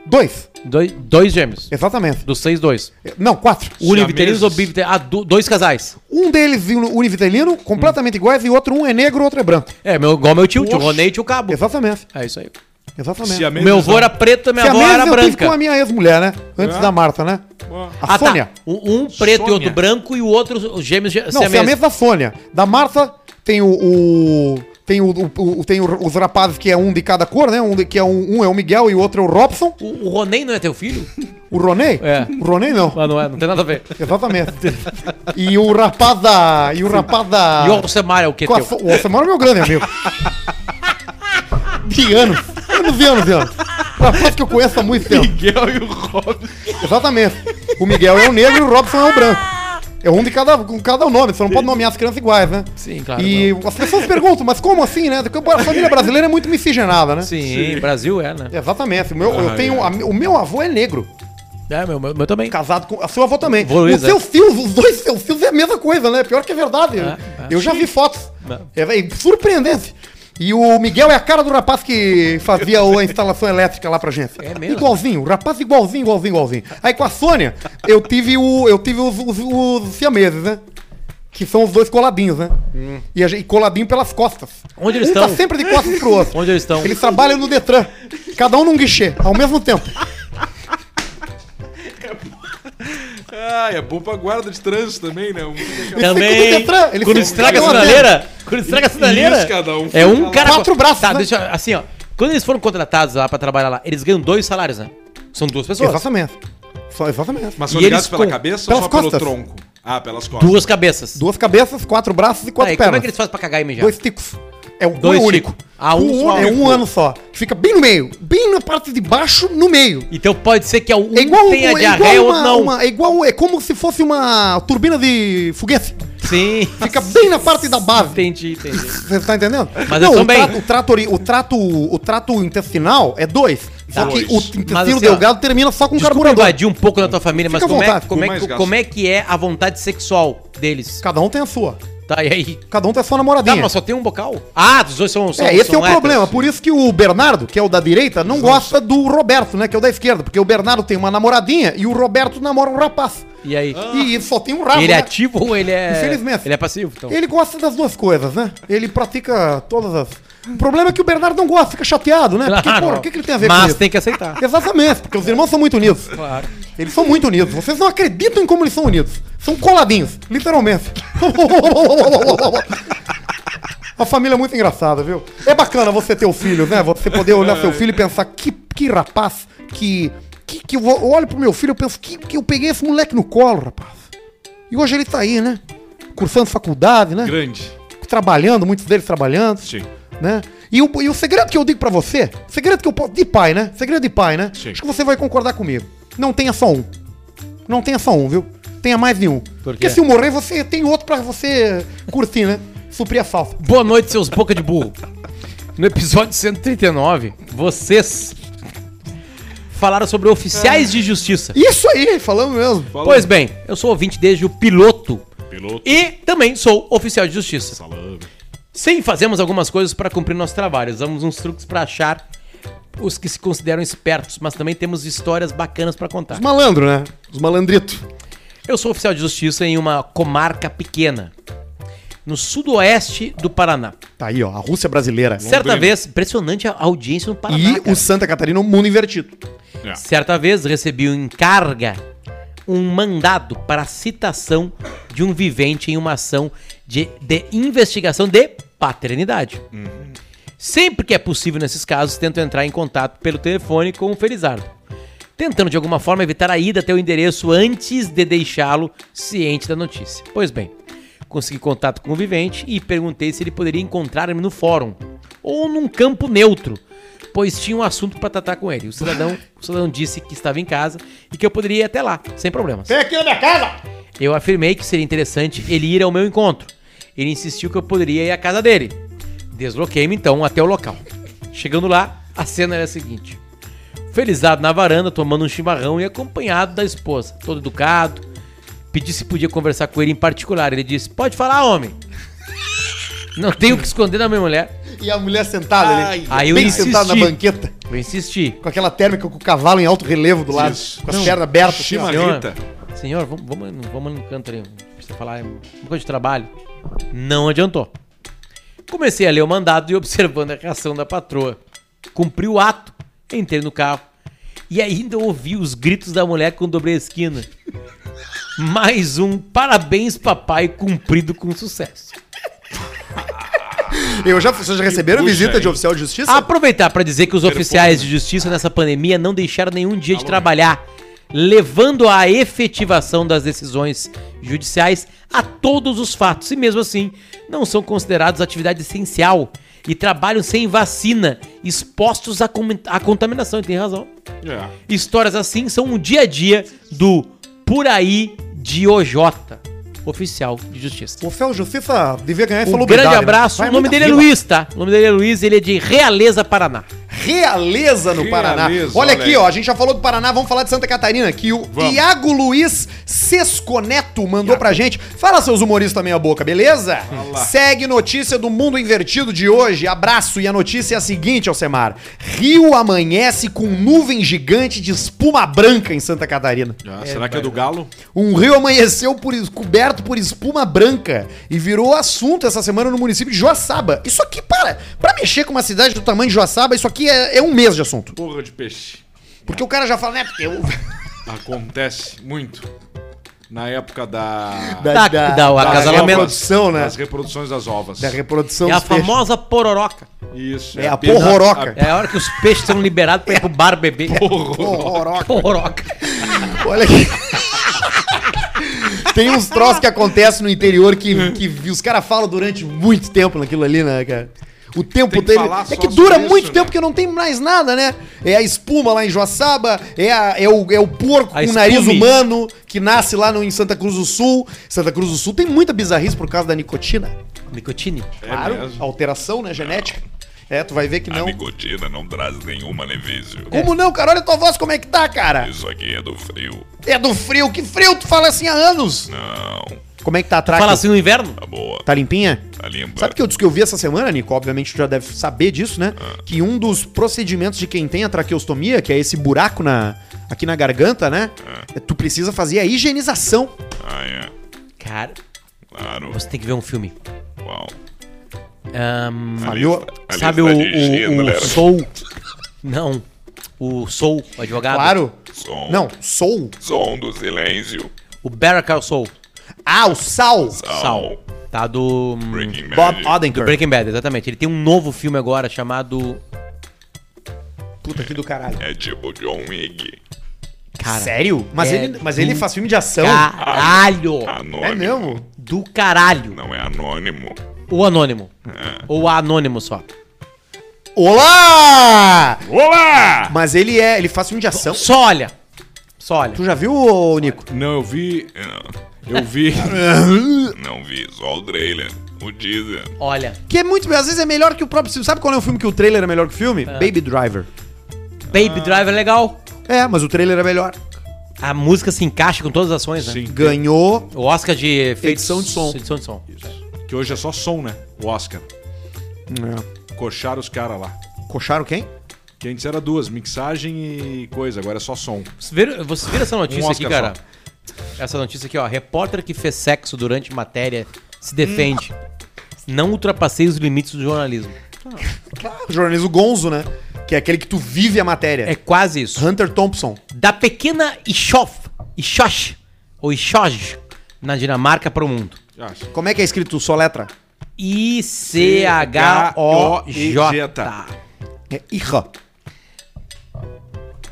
Dois. Dois, dois gêmeos. Exatamente. Dos seis, dois. Não, quatro. Univitelinos ou Siameses. bivitelinos? Ah, do- dois casais. Um deles univitelino, Hum. completamente iguais, e outro um é negro, outro é branco. É, meu, igual meu tio, tio Oxe. Ronei e tio Cabo. Exatamente. É isso aí. Exatamente. Se a é Meu avô era preto, minha Se a avó mesma era eu tive com branca. a minha ex-mulher, né? Antes É? da Marta, né? A Sônia. tá. Um, um preto e outro Sônia. branco e o outro os gêmeos ge- Não, foi a mesma Sônia. Da Marta tem o. o- Tem, o, o- o- tem o- os rapazes que é um de cada cor, né? Um, de- que é um, um é o Miguel e o outro é o Robson. O, o Ronen não é teu filho? O Ronei? É. O Ronei não. Ah, não é, não tem nada a ver. Exatamente. E o rapaz da. E o rapaz da. E o Alcemar é o que com a teu? fo- O Alcemar é meu grande amigo. De anos. Anos e anos e anos. Rapaz que eu conheço há muito tempo. Miguel e o Robson. Exatamente. O Miguel é o negro e o Robson é o branco. É um de cada, com cada nome, você não pode nomear as crianças iguais, né? Sim, Tá, claro, E as pessoas perguntam, mas como assim, né? Porque A família brasileira é muito miscigenada, né? Sim, Brasil é, né? Exatamente. O meu, eu Ah, tenho, é. a- o meu avô é negro, É, meu, meu, meu também. casado com. A seu avô também. Vô os Luiz, seus filhos, os dois seus filhos é a mesma coisa, né? Pior que é verdade. É, eu já vi fotos. É, é surpreendente. E o Miguel é a cara do rapaz que fazia o- a instalação elétrica lá pra gente. É mesmo? Igualzinho, o rapaz igualzinho, igualzinho, igualzinho. Aí com a Sônia, eu tive o. Eu tive os, os, os siameses, né? Que são os dois coladinhos, né? E, a gente- e coladinho pelas costas. Onde eles um tá estão? sempre de costas pro outro. Onde eles estão? Eles trabalham no Detran. Cada um num guichê, ao mesmo tempo. Ah, é bom pra guarda de trânsito também, né? Um fica- É, Eles ficam Também. no Detran, eles quando ficam- estraga a ficam lá sinaleira. Quando estraga a sinaleira. Isso, cada um é fica um lá. cara. Quatro braços, Tá, né? deixa eu- assim, ó. Quando eles foram contratados lá pra trabalhar lá, eles ganham dois salários, né? São duas pessoas. Exatamente. Só, exatamente. Mas são E ligados eles pela com- cabeça ou pelas só costas. pelo tronco? Ah, pelas costas. Duas cabeças. Duas cabeças, quatro braços e Tá, quatro e como pernas. é que eles fazem pra cagar e mijar? Dois ticos. É um Dois é único. ticos. Ah, um só. É um ano só. Que fica bem no meio. Bem na parte de baixo, no meio. Então pode ser que um É igual, tenha é diarreia igual, uma, outro não. uma- é igual. É como se fosse uma turbina de foguete. Sim. Fica bem na parte da base. Entendi, entendi. Você tá entendendo? Mas eu o também. trato, o, trato, ori- o, trato, o trato intestinal é dois. Só Tá. que o Dois. intestino Mas assim, ó, delgado termina só com Desculpa carburador. invadir um pouco da tua família, mas Fica à como é, vontade. como, é, Mais que- gasto. como é que é a vontade sexual deles? Cada um tem a sua. Tá, e aí? Cada um tem a sua Tá, namoradinha. mas só tem um bocal? Ah, os dois são. são é, esse é são o héteros. problema. Por isso que o Bernardo, que é o da direita, não gosta do Roberto, né? Que é o da esquerda. Porque o Bernardo tem uma namoradinha e o Roberto namora um rapaz. E aí? E só tem um rabo. Ele é né? ativo ou ele é. Infelizmente. Ele é passivo? Então. Ele gosta das duas coisas, né? Ele pratica todas as. O problema é que o Bernardo não gosta, fica chateado, né? Porque, Claro. porra, o que, que ele tem a ver Mas com tem que aceitar. isso? Exatamente, porque os irmãos são muito unidos. Claro. Eles são muito unidos. Vocês não acreditam em como eles são unidos. São coladinhos, literalmente. A família é muito engraçada, viu? É bacana você ter o filho, né? Você poder olhar seu filho e pensar que, que rapaz, que, que. que eu olho pro meu filho e penso que, que eu peguei esse moleque no colo, rapaz. E hoje ele tá aí, né? Cursando faculdade, né? Grande. Trabalhando, muitos deles trabalhando Sim. né? E o, e o segredo que eu digo pra você, segredo que eu posso. De pai, né? Segredo de pai, né? Sim. Acho que você vai concordar comigo. Não tenha só um. Não tenha só um, viu? Tenha mais de um. Porque quê? se um morrer, você tem outro pra você curtir, né? Suprir a falta. Boa noite, seus boca de burro. No episódio 139, vocês falaram sobre oficiais de justiça. Isso aí, falando mesmo. Fala. Pois bem, eu sou ouvinte desde o piloto Piloto. e também sou oficial de justiça. Salame. Sim, fazemos algumas coisas para cumprir nosso trabalho. Usamos uns truques para achar os que se consideram espertos, mas também temos histórias bacanas para contar. Os malandros, né? Os malandritos. Eu sou oficial de justiça em uma comarca pequena, no sudoeste do Paraná. Tá aí, ó. A Rússia brasileira. Certa vez, impressionante a audiência no Paraná. E cara. o Santa Catarina, o mundo invertido. É. Certa vez recebi em carga um mandado para citação de um vivente em uma ação de, de investigação de paternidade. Sempre que é possível nesses casos, tento entrar em contato pelo telefone com o Felizardo, tentando de alguma forma evitar a ida até o endereço antes de deixá-lo ciente da notícia. Pois bem, consegui contato com o vivente e perguntei se ele poderia encontrar-me no fórum ou num campo neutro, pois tinha um assunto para tratar com ele. O cidadão, o cidadão disse que estava em casa e que eu poderia ir até lá, sem problemas. Vem aqui na minha casa! Eu afirmei que seria interessante ele ir ao meu encontro. Ele insistiu que eu poderia ir à casa dele. Desloquei-me então até o local. Chegando lá, a cena era a seguinte: Felizardo na varanda, tomando um chimarrão e acompanhado da esposa, todo educado. Pedi se podia conversar com ele em particular. Ele disse: Pode falar, homem. Não tenho o que esconder da minha mulher. E a mulher sentada ali. Ai, ai, eu bem insisti. sentada na banqueta. Eu insisti. Com aquela térmica com o cavalo em alto relevo do lado. Isso. Com as pernas abertas. assim, ó. Chima- Senhor, Rita. senhor vamos, vamos, vamos no canto ali. Precisa falar é uma coisa de trabalho. Não adiantou. Comecei a ler o mandado e observando a reação da patroa. Cumpri o ato, entrei no carro. E ainda ouvi os gritos da mulher quando dobrei a esquina. mais um parabéns, papai, cumprido com sucesso. Eu já, vocês já receberam Puxa, visita de hein? oficial de justiça? Ah, Aproveitar para dizer que os oficiais de justiça nessa pandemia não deixaram nenhum dia de trabalhar, levando à efetivação das decisões judiciais a todos os fatos. E mesmo assim, não são considerados atividade essencial e trabalham sem vacina, expostos à, comi- à contaminação. E tem razão. É. Histórias assim são o dia a dia do por aí de OJ, oficial de justiça. O oficial de justiça devia ganhar Um insalubridade, grande né? abraço. Vai O nome muita dele é fila. Luiz, tá? O nome dele é Luiz, ele é de Realeza, Paraná. Realeza no Realeza, Paraná. Olha olha aqui, aí. ó, a gente já falou do Paraná, vamos falar de Santa Catarina, que o Vamos. Iago Luiz Sesconeto mandou pra gente. Fala, seus humoristas meia boca, beleza? lá. Segue notícia do mundo invertido de hoje. Abraço e a notícia é a seguinte, Alcemar. Rio amanhece com nuvem gigante de espuma branca em Santa Catarina. Ah, será que é do Galo? Um rio amanheceu por es- coberto por espuma branca e virou assunto essa semana no município de Joaçaba. Isso aqui, para, pra mexer com uma cidade do tamanho de Joaçaba, isso aqui é, é um mês de assunto. Porra de peixe. Porque o cara já fala, né, porque eu... Acontece muito. Na época da. Da- da- a das casa ovas. lamenta. reprodução, né? Das reproduções das ovas. Da reprodução É a dos peixes. famosa pororoca. Isso. É a pena- porroroca. É a hora que os peixes são liberados pra ir pro bar beber. a porro- Pororoca. Pororoca. Olha aqui. Tem uns troços que acontecem no interior que, que os caras falam durante muito tempo naquilo ali, né, cara? O tempo Tem que dele. falar É só que dura sobre muito isso, tempo né? que não tem mais nada, né? É a espuma lá em Joaçaba, é, a- é o, é o porco A com nariz espume. humano que nasce lá no, em Santa Cruz do Sul. Santa Cruz do Sul tem muita bizarrice por causa da nicotina. Nicotine. É Claro, mesmo. alteração, né, genética. É, tu vai ver que A Então- não. nicotina não traz nenhum benefício. Como não, cara? Olha tua voz como é que tá, cara. Isso aqui é do frio. É do frio, que frio, tu fala assim há anos. Não, Como é que tá atrás? Fala assim no inverno? tá boa, Tá limpinha? tá limpa. Sabe que eu disse que eu vi essa semana, Nico? Obviamente tu já deve saber disso, né? Ah. Que um dos procedimentos de quem tem a traqueostomia, que é esse buraco na aqui na garganta, né? É, Tu precisa fazer a higienização. Ah, é. Cara, Claro. você tem que ver um filme. Uau. Ahn, Falhou. Ali sabe o, está dirigindo, né? o, o galera. Soul? Não. O Soul, o advogado. Claro. Som. Não, sou. Som do silêncio. O Barracal Soul. Ah, o sal. Sal. Tá do. hum, Breaking Bad. Bob Do Odenkirk. Breaking Bad, exatamente. Ele tem um novo filme agora chamado. Puta que do caralho. É tipo John Wick. Cara. Sério? Mas, É ele, mas ele do faz filme de Então? ação. Caralho! Anônimo. É mesmo? Do caralho! Não é anônimo. O anônimo. Ah. Ou a anônimo só. Olá! Olá! Mas ele é, ele faz filme de ação. Só olha. Só olha. Tu já viu, ô, Nico? Não, eu vi. Eu vi. Não vi, só o trailer. O teaser. Olha. Que é muito, às vezes é melhor que o próprio filme. Sabe qual é o filme que o trailer é melhor que o filme? Baby Driver. Baby Driver é legal. É, mas o trailer é melhor. A música se encaixa com todas as ações, né? Sim. Ganhou. O Oscar de efeitos, Edição de som. Edição de som. Que hoje é só som, né? O Oscar. É. Coxaram os caras lá. Coxaram quem? Que antes era duas, mixagem e coisa, agora é só som. Vocês viram, vocês viram essa notícia Um aqui, Oscar cara? Essa notícia aqui, ó. Repórter que fez sexo durante matéria se defende. Não ultrapassei os limites do jornalismo. Claro, jornalismo gonzo, né? Que é aquele que tu vive a matéria. Ah, É quase isso. Hunter Thompson. da pequena Ishof, Ishosh, ou Ishosh, na Dinamarca para o mundo. Acho. Como é que é escrito só letra? I-C-H-O-J. É irra.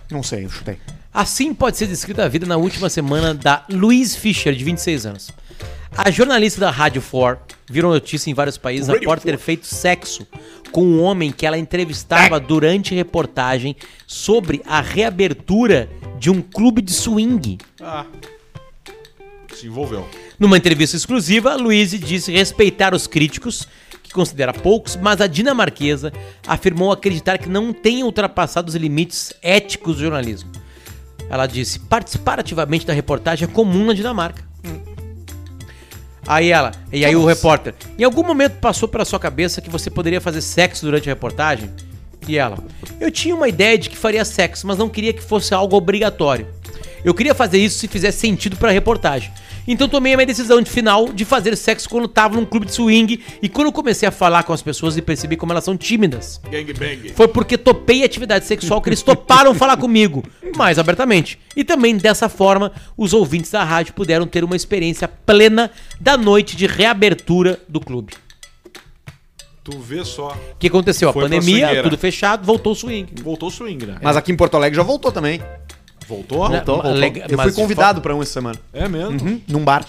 Não sei, eu chutei. Assim pode ser descrita a vida na última semana da Louise Fischer, de 26 anos. A jornalista da Rádio 4 virou notícia em vários países após ter feito sexo com um homem que ela entrevistava durante reportagem sobre a reabertura de um clube de swing. Ah. Se envolveu. Numa entrevista exclusiva, Luiz disse respeitar os críticos, que considera poucos, mas a dinamarquesa afirmou acreditar que não tem ultrapassado os limites éticos do jornalismo. Ela disse: participar ativamente da reportagem é comum na Dinamarca. Aí ela, e aí o repórter, em algum momento passou pela sua cabeça que você poderia fazer sexo durante a reportagem? E ela, eu tinha uma ideia de que faria sexo, mas não queria que fosse algo obrigatório. Eu queria fazer isso se fizesse sentido pra reportagem. Então tomei a minha decisão de final de fazer sexo quando tava num clube de swing e quando eu comecei a falar com as pessoas e percebi como elas são tímidas. Gangbang. Foi porque topei atividade sexual que eles toparam falar comigo, mais abertamente. E também dessa forma, os ouvintes da rádio puderam ter uma experiência plena da noite de reabertura do clube. Tu vê só. O que aconteceu? A Foi pra pandemia, swingueira. tudo fechado, voltou o swing. Voltou o swing, né? Mas aqui em Porto Alegre já voltou também. Então Voltou? Né? Voltou, É. mas voltou. lega- Eu fui mas convidado pra um essa semana. É mesmo? Uhum, num bar.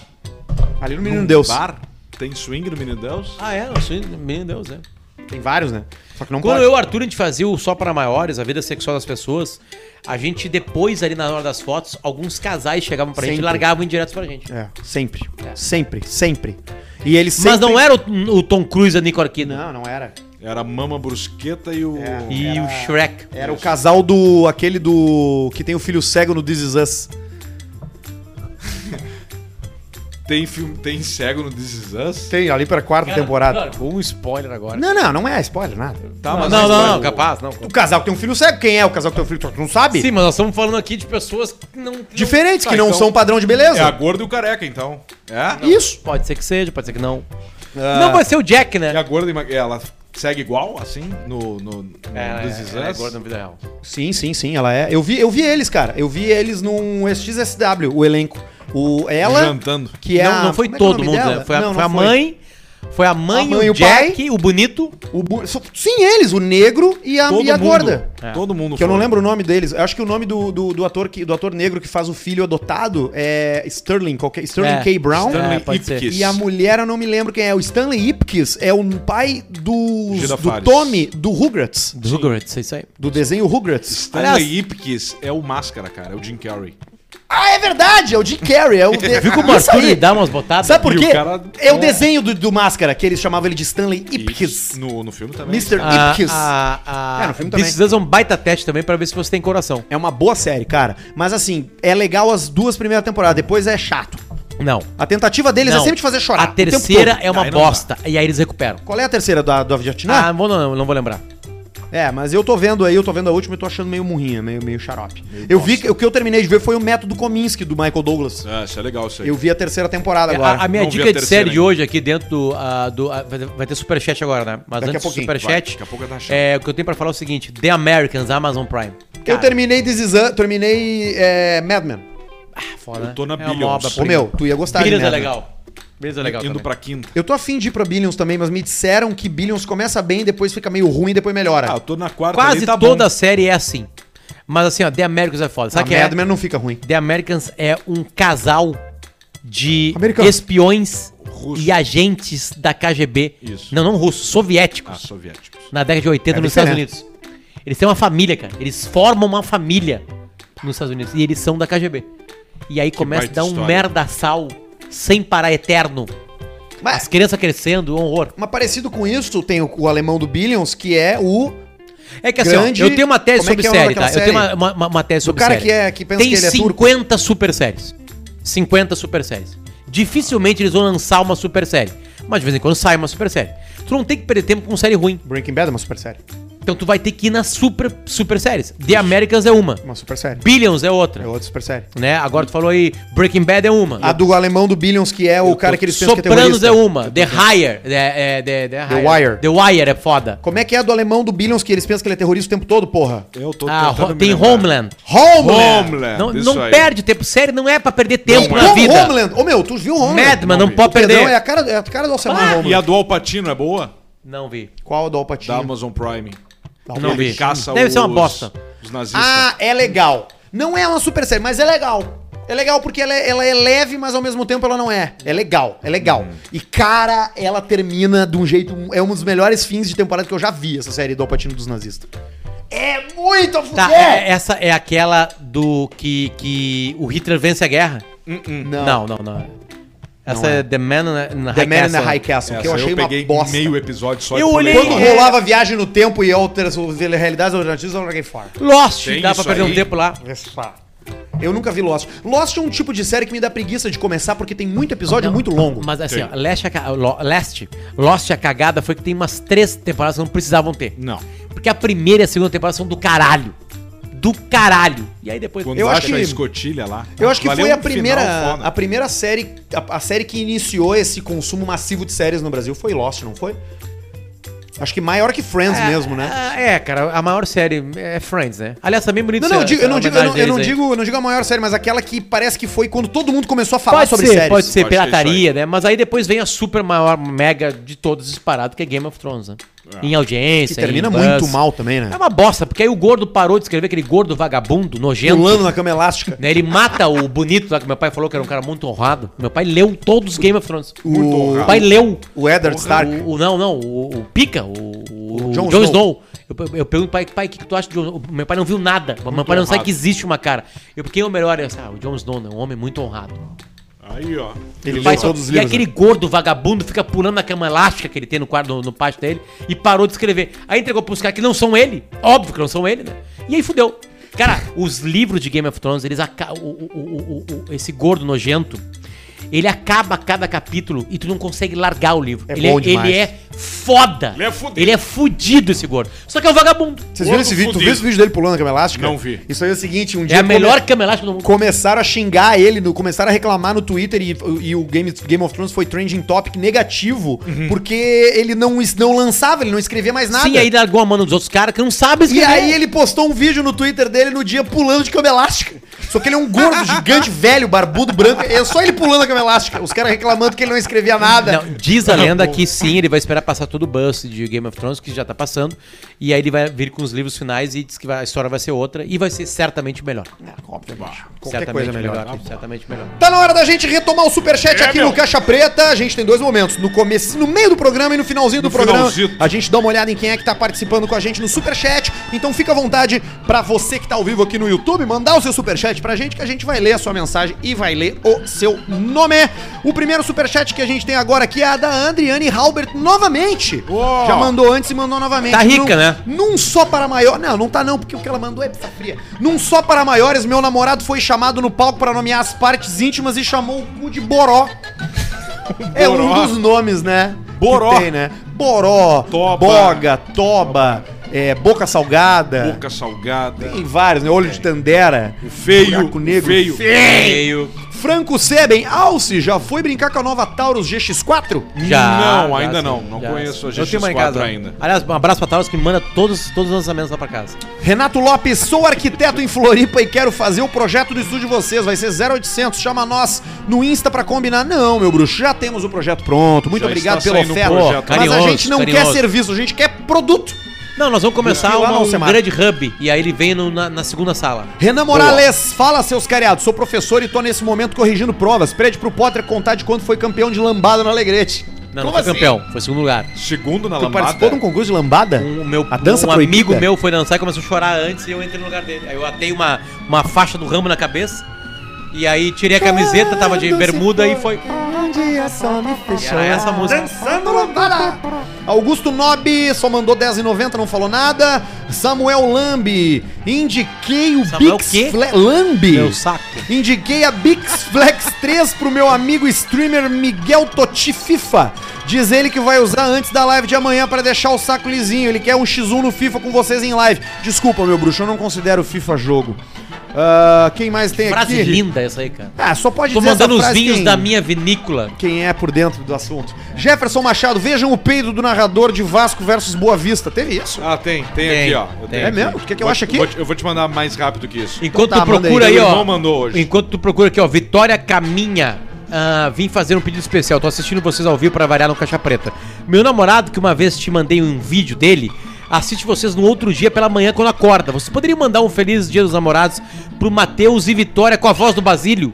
Ali no Menino Num Deus. Bar? Tem swing no Menino Deus? Ah, é? O swing, meu Deus, é. Tem vários, né? Só que não Quando pode. eu e o Arthur a gente fazia o Só para Maiores, a vida sexual das pessoas, a gente depois ali na hora das fotos, alguns casais chegavam pra gente e Sempre. largavam indiretos pra gente. É, sempre. Sempre, sempre. E ele sempre... Mas não é? era o, o Tom Cruise e a Nicole Kidman. Não, não era. Era a Mama Brusqueta e o. É. E Era- o Shrek. Era o casal do... Aquele do... Que tem o filho cego no This Is Us. Tem, filme, tem cego no This Is Us? Tem, ali pra quarta temporada. Um spoiler agora. Não, não, não é spoiler, nada. Tá, Não, mas não, o- não, não, capaz, não. O casal que tem um filho cego, quem é o casal que tem um filho cego? Tu não sabe? Sim, mas nós estamos falando aqui de pessoas que não. que Diferentes, Tá, que não então- são padrão de beleza. É a gorda e o careca, então. É? não- Isso. Pode ser que seja, pode ser que não. Ah. Não vai ser o Jack, E né? É a gorda, e ma- ela segue igual, assim, no, no, no É, This é, Is Us? agora na vida real. Sim, sim, sim, ela é. Eu vi, eu vi eles, cara. Eu vi eles num SXSW, o elenco. O, ela. Jantando. Que é não, a- não foi como é que é o todo nome mundo, dela? né? Foi a, Não, foi não a mãe, foi a mãe, A mãe e o o pai. Jack, o bonito. O bu- so- Sim, eles, o negro e a, Todo e a mundo. gorda. É. Todo mundo Que eu não foi. lembro o nome deles. Eu acho que o nome do, do, do ator que, do ator negro que faz o filho adotado é Sterling, qualquer, Sterling É, K. Brown. Stanley Stanley É, pode ser. Ipkiss. E a mulher, eu não me lembro quem é. O Stanley Ipkiss é o pai do, do Girafares. Tommy, do Rugrats. Zugrats, é isso aí. Do desenho Rugrats. Aliás, Stanley Ipkiss é o Máscara, cara. É o Jim Carrey. Ah, é verdade, é o Jim Carrey. É o de... Viu como o Isso Arthur aí. lhe dá umas botadas? Sabe por E o quê? cara- É o é. desenho do, do Máscara, que eles chamavam ele de Stanley Ipkiss. E No, no filme também. Mr. A, Ipkiss. a, a, É, no filme Ah, This Is Us é um baita teste também pra ver se você tem coração. É uma boa série, cara. Mas assim, é legal as duas primeiras temporadas, depois é chato. Não. A tentativa deles é Não. sempre te fazer chorar. A o tempo terceira todo. é? é uma Aí não dá. bosta. E aí eles recuperam. Qual é a terceira da, da Vietnã? Ah, vou, não, não vou lembrar. É, mas eu tô vendo aí, eu tô vendo a última e tô achando meio murrinha, meio, meio xarope. eu vi, que- o que eu terminei de ver foi o método Kominsky do Michael Douglas. Ah, isso é legal, isso aí. Eu vi a terceira Tá temporada agora. É, A, a minha Não vi dica a de terceira série de ainda. hoje aqui dentro do. ah, do ah, vai ter- vai ter superchat agora, né? Mas Daqui a antes do pouquinho, vai. superchat. Daqui a pouco eu tô achando. é, o que eu tenho pra falar é o seguinte: The Americans, Amazon Prime. eu terminei This Is Us- terminei é, Mad Men. Foda, Eu tô na né? É uma Billions. Ô obra-prima. meu, tu ia tá gostar Billions é Mad Men. legal. Billions é legal. Indo também. pra quinta. Eu tô afim de ir pra Billions também, mas me disseram que Billions começa bem, depois fica meio ruim, depois melhora. Ah, eu tô na quarta Quase ali, tá bom. toda a série é assim. Mas assim, ó, The Americans é foda. Tá Sabe o que é? Mad Men não fica ruim. The Americans é um casal de Americano. espiões Russo. e agentes da KGB. Isso. Não, não russos, Ah, soviéticos. soviéticos. na década de 80 É nos Estados diferente. Unidos. Eles têm uma família, cara. Eles formam uma família nos Estados Unidos. E eles são da KGB. E aí começa a baita dar um história. merda-sal sem parar eterno. As Mas, crianças crescendo, um horror. mas parecido com isso, tem o, o alemão do Billions, que é o. É que assim, ó, Grande- eu tenho uma tese como é sobre que é o nome série, tá? daquela Eu tenho uma, série? uma- uma- uma tese Do sobre cara série. que é- que pensa Tem que ele é turco. 50 super séries. 50 super séries. Dificilmente eles vão lançar uma super série. Mas de vez em quando sai uma super série. Tu não tem que perder tempo com série ruim. Breaking Bad é uma super série. Então tu vai ter que ir nas super, super séries. The Americans é uma. Uma super série. Billions é outra. É outra super série. né? Agora tu falou aí, Breaking Bad é uma. A do alemão do Billions, que é o cara que eles pensam que é Sopranos terrorista. é uma. The Hire. É, é, The, The Hire. Wire. The Wire é foda. Como é que é a do alemão do Billions que eles pensam que ele é terrorista o tempo todo, porra? Eu tô Ah, tentando Ho- me tem lembrar. Homeland. Homeland! Homeland. não isso não aí. perde tempo. Série não é pra perder tempo Como na vida. um Homeland! Ô meu, tu viu o Homeland? Madman, não Não, pode O Pedrão perder. é a cara, é a cara do Alcemar Ah, Homeland. E a do Alpatino é boa? Não vi. Qual a do Da Alpatino? Amazon Prime. Não Ele vi. caça Deve os, ser uma bosta. Os nazistas. um Ah, é legal. Não é uma super série, mas é legal. É legal porque ela é, ela é leve, mas ao mesmo tempo ela não é. É legal, é legal. Hum. E cara, ela termina de um jeito. É um dos melhores fins de temporada que eu já vi, essa série do Alpatino dos Nazistas. É muito a Tá, fuder! é- essa é aquela do que, que o Hitler vence a guerra? Não, não, não. Essa é. The Man in the The High Man in the Castle. High Castle, Essa que eu achei uma peguei bosta. meio episódio só Eu e pulei. olhei- Quando É. rolava viagem no tempo e outras realidades alternativas, eu larguei fora. Lost, Tem dá pra isso perder um aí? tempo lá. Eu nunca vi Lost. Lost é um tipo de série que me dá preguiça de começar porque tem muito episódio muito longo. Mas assim, Tem. ó, Leste, a ca- Lo- Leste- Lost, a cagada foi que tem umas três temporadas que não precisavam ter. Não. Porque a primeira e a segunda temporada são do caralho. Do do caralho. E aí depois. Quando Eu bate acho que- a escotilha lá. Eu acho que Valeu foi a um primeira, final foda. a primeira série, a, a série que iniciou esse consumo massivo de séries no Brasil foi Lost, não foi? Acho que maior que Friends É, mesmo, né? ah, É, cara, a maior série é Friends, né? Aliás, também bonito Não, não, eu essa- digo, eu essa não, digo, eu não, eu homenagem não deles né? aí. digo, eu não digo a maior série, mas aquela que parece que foi quando todo mundo começou a falar Pode sobre ser, séries. pode ser Pode ser isso pirataria, né? Mas aí depois vem a super maior mega de todos disparado, que é Game of Thrones, né? Em Que audiência, termina em muito buzz. mal também, né? É uma bosta, porque aí o gordo parou de escrever aquele gordo vagabundo, nojento. Pulando na cama elástica. Né, ele mata o bonito lá que meu pai falou que era um cara muito honrado. Meu pai leu todos os Game of Thrones. O, Meu pai leu. o Eddard Stark. O, o- não, não, o, o Pica, o, o, o Jon Snow. Jon Snow. Eu, eu pergunto, pai, pai, o que, que tu acha de Jon Snow? Meu pai não viu nada. meu pai não sabe honrado. que existe uma cara. Eu, quem é o melhor? Eu, disse, ah, o Jon Snow, né? um homem muito honrado. Aí, ó. Ele Pai, leu só- todos os e livros. né? aquele gordo vagabundo fica pulando na cama elástica que ele tem no quarto, no, no pátio dele e parou de escrever. Aí entregou pros caras que não são ele. Óbvio que não são ele, né? E aí fudeu. Cara, os livros de Game of Thrones, eles aca- o, o- o- o- o- esse gordo nojento, ele acaba cada capítulo e tu não consegue largar o livro. É ele, bom é, demais. ele é foda. Ele é fudido. Ele é fudido, esse gordo. Só que é um vagabundo. Vocês viram esse Gordo vídeo? Tu fudido. viu esse vídeo dele pulando na cama elástica? Não vi. Isso aí é o seguinte, um É dia... a melhor come- cama elástica do mundo. Começaram a xingar ele, no- começaram a reclamar no Twitter e, e o Game, Game of Thrones foi trending topic negativo, porque ele não, es- não lançava, ele não escrevia mais nada. Uhum. Sim, aí largou a mão dos outros caras que não sabem E escrever. aí ele postou um vídeo no Twitter dele no dia pulando de cama elástica. Só que ele é um gordo, gigante, velho, barbudo, branco. É só ele pulando a cama elástica. Os caras reclamando que ele não escrevia nada. Não, diz a lenda que sim, ele vai esperar passar todo o buzz de Game of Thrones, que já tá passando, e aí ele vai vir com os livros finais e diz que vai- a história vai ser outra e vai ser certamente melhor. Qualquer certamente coisa é melhor. certamente melhor. Tá na hora da gente retomar o É, superchat aqui no Caixa Preta. A gente tem dois momentos, no começo, no meio do programa e no finalzinho do No programa. finalzito. A gente dá uma olhada em quem é que tá participando com a gente no superchat. Então fica à vontade pra você que tá ao vivo aqui no YouTube mandar o seu superchat pra gente que a gente vai ler a sua mensagem e vai ler o seu nome. O primeiro superchat que a gente tem agora aqui é a da Andriane Halbert novamente. Uou. Já mandou antes e mandou novamente. Tá Num- rica, né? Num só para maior. Não, não tá não, porque o que ela mandou é pizza fria. Num só para maiores, meu namorado foi chamado no palco para nomear as partes íntimas e chamou o cu de Boró. É um Boró. dos nomes, né? Boró. Que tem, né? Boró, Toba. Boga, Toba, é, Boca Salgada. Boca salgada. Tem vários, né? Olho de Tandera. Feio. Buraco negro. Feio. Feio. Franco Seben, Alce, já foi brincar com a nova Taurus GX4? Já. Não, já ainda sim, não. Não já conheço a sim. Eu tenho uma em GX4 casa. ainda. Aliás, um abraço pra Taurus que manda todos, todos os lançamentos lá pra casa. Renato Lopes, sou arquiteto em Floripa e quero fazer o projeto do estúdio de vocês. Vai ser 0800, chama nós no Insta pra combinar. Não, meu bruxo, já temos o projeto pronto. Muito Já obrigado está pela saindo o oferta. projeto. Mas Carinhoso, a gente não quer carinhoso. serviço, a gente quer produto. Não, nós vamos começar Fui lá uma- no um Alcemar. grande hub e aí ele vem no- na, na segunda sala. Renan Morales, fala seus cariados. Sou professor e tô nesse momento corrigindo provas. Pede pro Potter contar de quando foi campeão de lambada no Alegrete. Não, não foi assim? campeão, foi segundo lugar. Segundo na Tu lambada. participou de um concurso de lambada? Um, meu, a dança um proibida? amigo meu foi dançar e começou a chorar antes e eu entrei no lugar dele. Aí eu atei uma, uma faixa do ramo na cabeça e aí tirei a camiseta, tava Ah, de bermuda e foi. Um dia só me E fechou. era essa a música. Dançando lambada. Augusto Nobe só mandou 10,90, não falou nada. Samuel Lambi, indiquei o Samuel Bix quê? Fle- Lambi. Meu saco. Indiquei a Bix Flex 3 pro meu amigo streamer Miguel Toti FIFA. Diz ele que vai usar antes da live de amanhã pra deixar o saco lisinho. Ele quer um X1 no FIFA com vocês em live. Desculpa, meu bruxo, eu não considero o FIFA jogo. Ah, quem mais tem Frase aqui? linda essa aí, cara. Ah, só pode Tô dizer essa mandando os frase vinhos quem- da minha vinícola. quem é por dentro do assunto. Jefferson Machado, vejam o peido do narrador de Vasco versus Boa Vista. Teve isso? Ah, tem, tem, Tem, aqui, ó. tem. Eu tenho um É aqui. mesmo? O que, que eu Vou- acho aqui? vou te- eu vou te mandar mais rápido que isso. Enquanto Então tá, tu manda procura aí, aí, meu ó. irmão mandou hoje. Enquanto tu procura aqui, ó, Vitória Caminha. ah, vim fazer um pedido especial. Tô assistindo vocês ao vivo pra variar no Caixa Preta. Meu namorado, que uma vez te mandei um vídeo dele, assiste vocês no outro dia pela manhã quando acorda. Você poderia mandar um feliz dia dos namorados pro Matheus e Vitória com a voz do Basílio?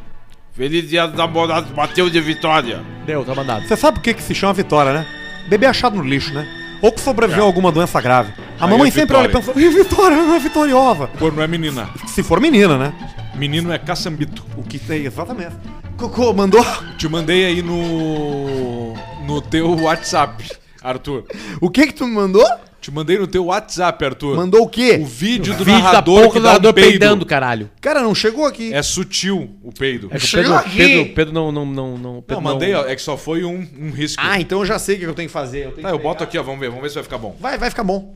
Feliz dia dos namorados, Matheus de Vitória. Deu, tá mandado. Você sabe por que, que se chama Vitória, né? Bebê achado no lixo, né? Ou que sobreviveu a alguma doença grave. A Aí mamãe é sempre olha e Vitória. pensa, e Vitória, não é Vitoriova. Pô, não é menina. Se for menina, né? Menino é caçambito. O que tem, exatamente. Cocô, mandou. Te mandei aí no. no teu WhatsApp, Arthur. O que que tu me mandou? Te mandei no teu WhatsApp, Arthur. Mandou o quê? o vídeo do Vídeo da narrador porra que dá do um narrador peido. peidando, caralho. Cara, não chegou aqui. É sutil o peido. É que o Chegou Pedro, aqui. Pedro, Pedro não, não, não, não, Pedro Não, mandei, ó, é que só foi um, um risco. Ah, então eu já sei o que eu tenho que fazer. Ah, Eu tenho Tá, que eu boto pegar. aqui, ó, vamos ver, vamos ver se vai ficar bom. Vai, vai ficar bom.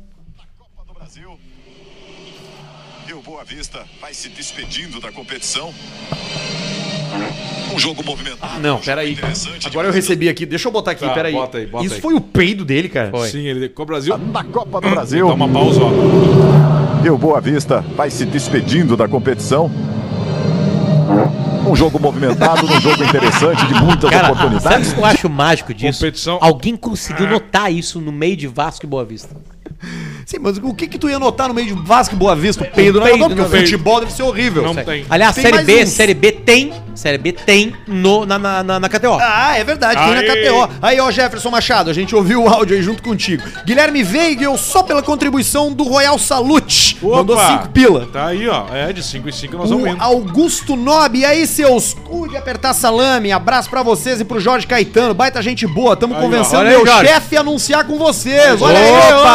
Derrubou a Vista vai se despedindo da competição. Um jogo movimentado. Ah, Não, um jogo peraí. interessante Agora eu de- recebi aqui. Deixa eu botar aqui, Tá, peraí. bota aí, bota Isso aí. foi o peido dele, cara? Foi. Sim, ele com o Brasil. Da Copa Hum, do Brasil. Dá uma pausa, ó. E o Boa Vista vai se despedindo da competição. Um jogo movimentado, um jogo interessante, de muitas Cara, sabe oportunidades. o que eu acho mágico disso? Competição. Ah. Alguém conseguiu notar isso no meio de Vasco e Boa Vista. Sim, mas o que que tu ia notar no meio de Vasco e Boa Vista? O peido, O não é peido, porque não o é. futebol deve ser horrível. Não Sério. tem. Aliás, Tem Série mais um. B, uns. Série B tem, Série B tem no, na, na, na, na KTO. Ah, é verdade, tem na Aí. KTO. Aí, ó, Jefferson Machado, a gente ouviu o áudio aí junto contigo. Guilherme Weigel, só pela contribuição do Royal Salute. Mandou Opa! 5 pila. Tá aí, ó. É, de 5 e 5 nós vamos O indo. Augusto Nobre, e aí seus cu de apertar salame, abraço pra vocês e pro Jorge Caetano, baita gente boa, tamo Aí, convencendo ó. Olha aí, meu Jorge. chefe a anunciar com vocês, olha Opa! aí, ó.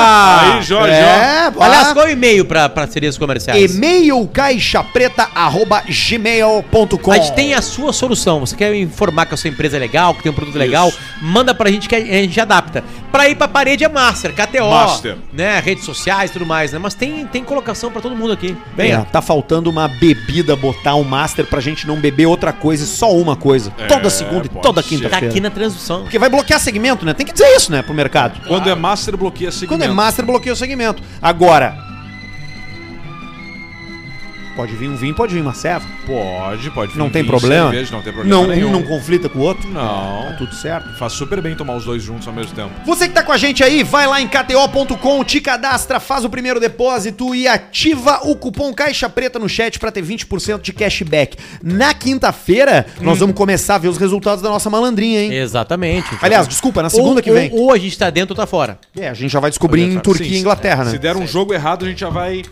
Aí, Jorge, é, ó. Aliás, qual é o e-mail pra parcerias é comerciais? e-mail caixapreta.gmail.com A gente tem a sua solução. Você quer informar que a sua empresa é legal, que tem um produto legal? Manda pra gente que a gente adapta. Pra ir pra parede é Master, KTO, Master. né? Redes sociais e tudo mais, né? Mas tem, tem colocação pra todo mundo aqui. Bem, Venha. ó, tá faltando uma bebida, botar um master pra gente não beber outra coisa e só uma coisa. toda segunda e É, pode toda ser. Tá quinta-feira. aqui na transmissão. Porque vai bloquear segmento, né? Tem que dizer isso, né, pro mercado. Quando é master, bloqueia segmento. Quando é master, bloqueia o segmento. Agora. Pode vir um vinho, pode vir uma ceva. Pode, pode. Não Enfim, tem problema. Um cerveja, não tem problema Não, nenhum. um não conflita com o outro. Tá Não. tudo certo. Faz super bem tomar os dois juntos ao mesmo tempo. Você que tá com a gente aí, vai lá em kto.com, te cadastra, faz o primeiro depósito e ativa o cupom Caixa Preta no chat pra ter 20% de cashback. Na quinta-feira, Hum. nós vamos começar a ver os resultados da nossa malandrinha, É. hein? Exatamente. Aliás, desculpa, na segunda Ou- que vem. Ou, ou a gente tá dentro ou tá fora. É, a gente já vai descobrir em Turquia Sim, e Inglaterra, Se né? der um jogo errado, a gente já vai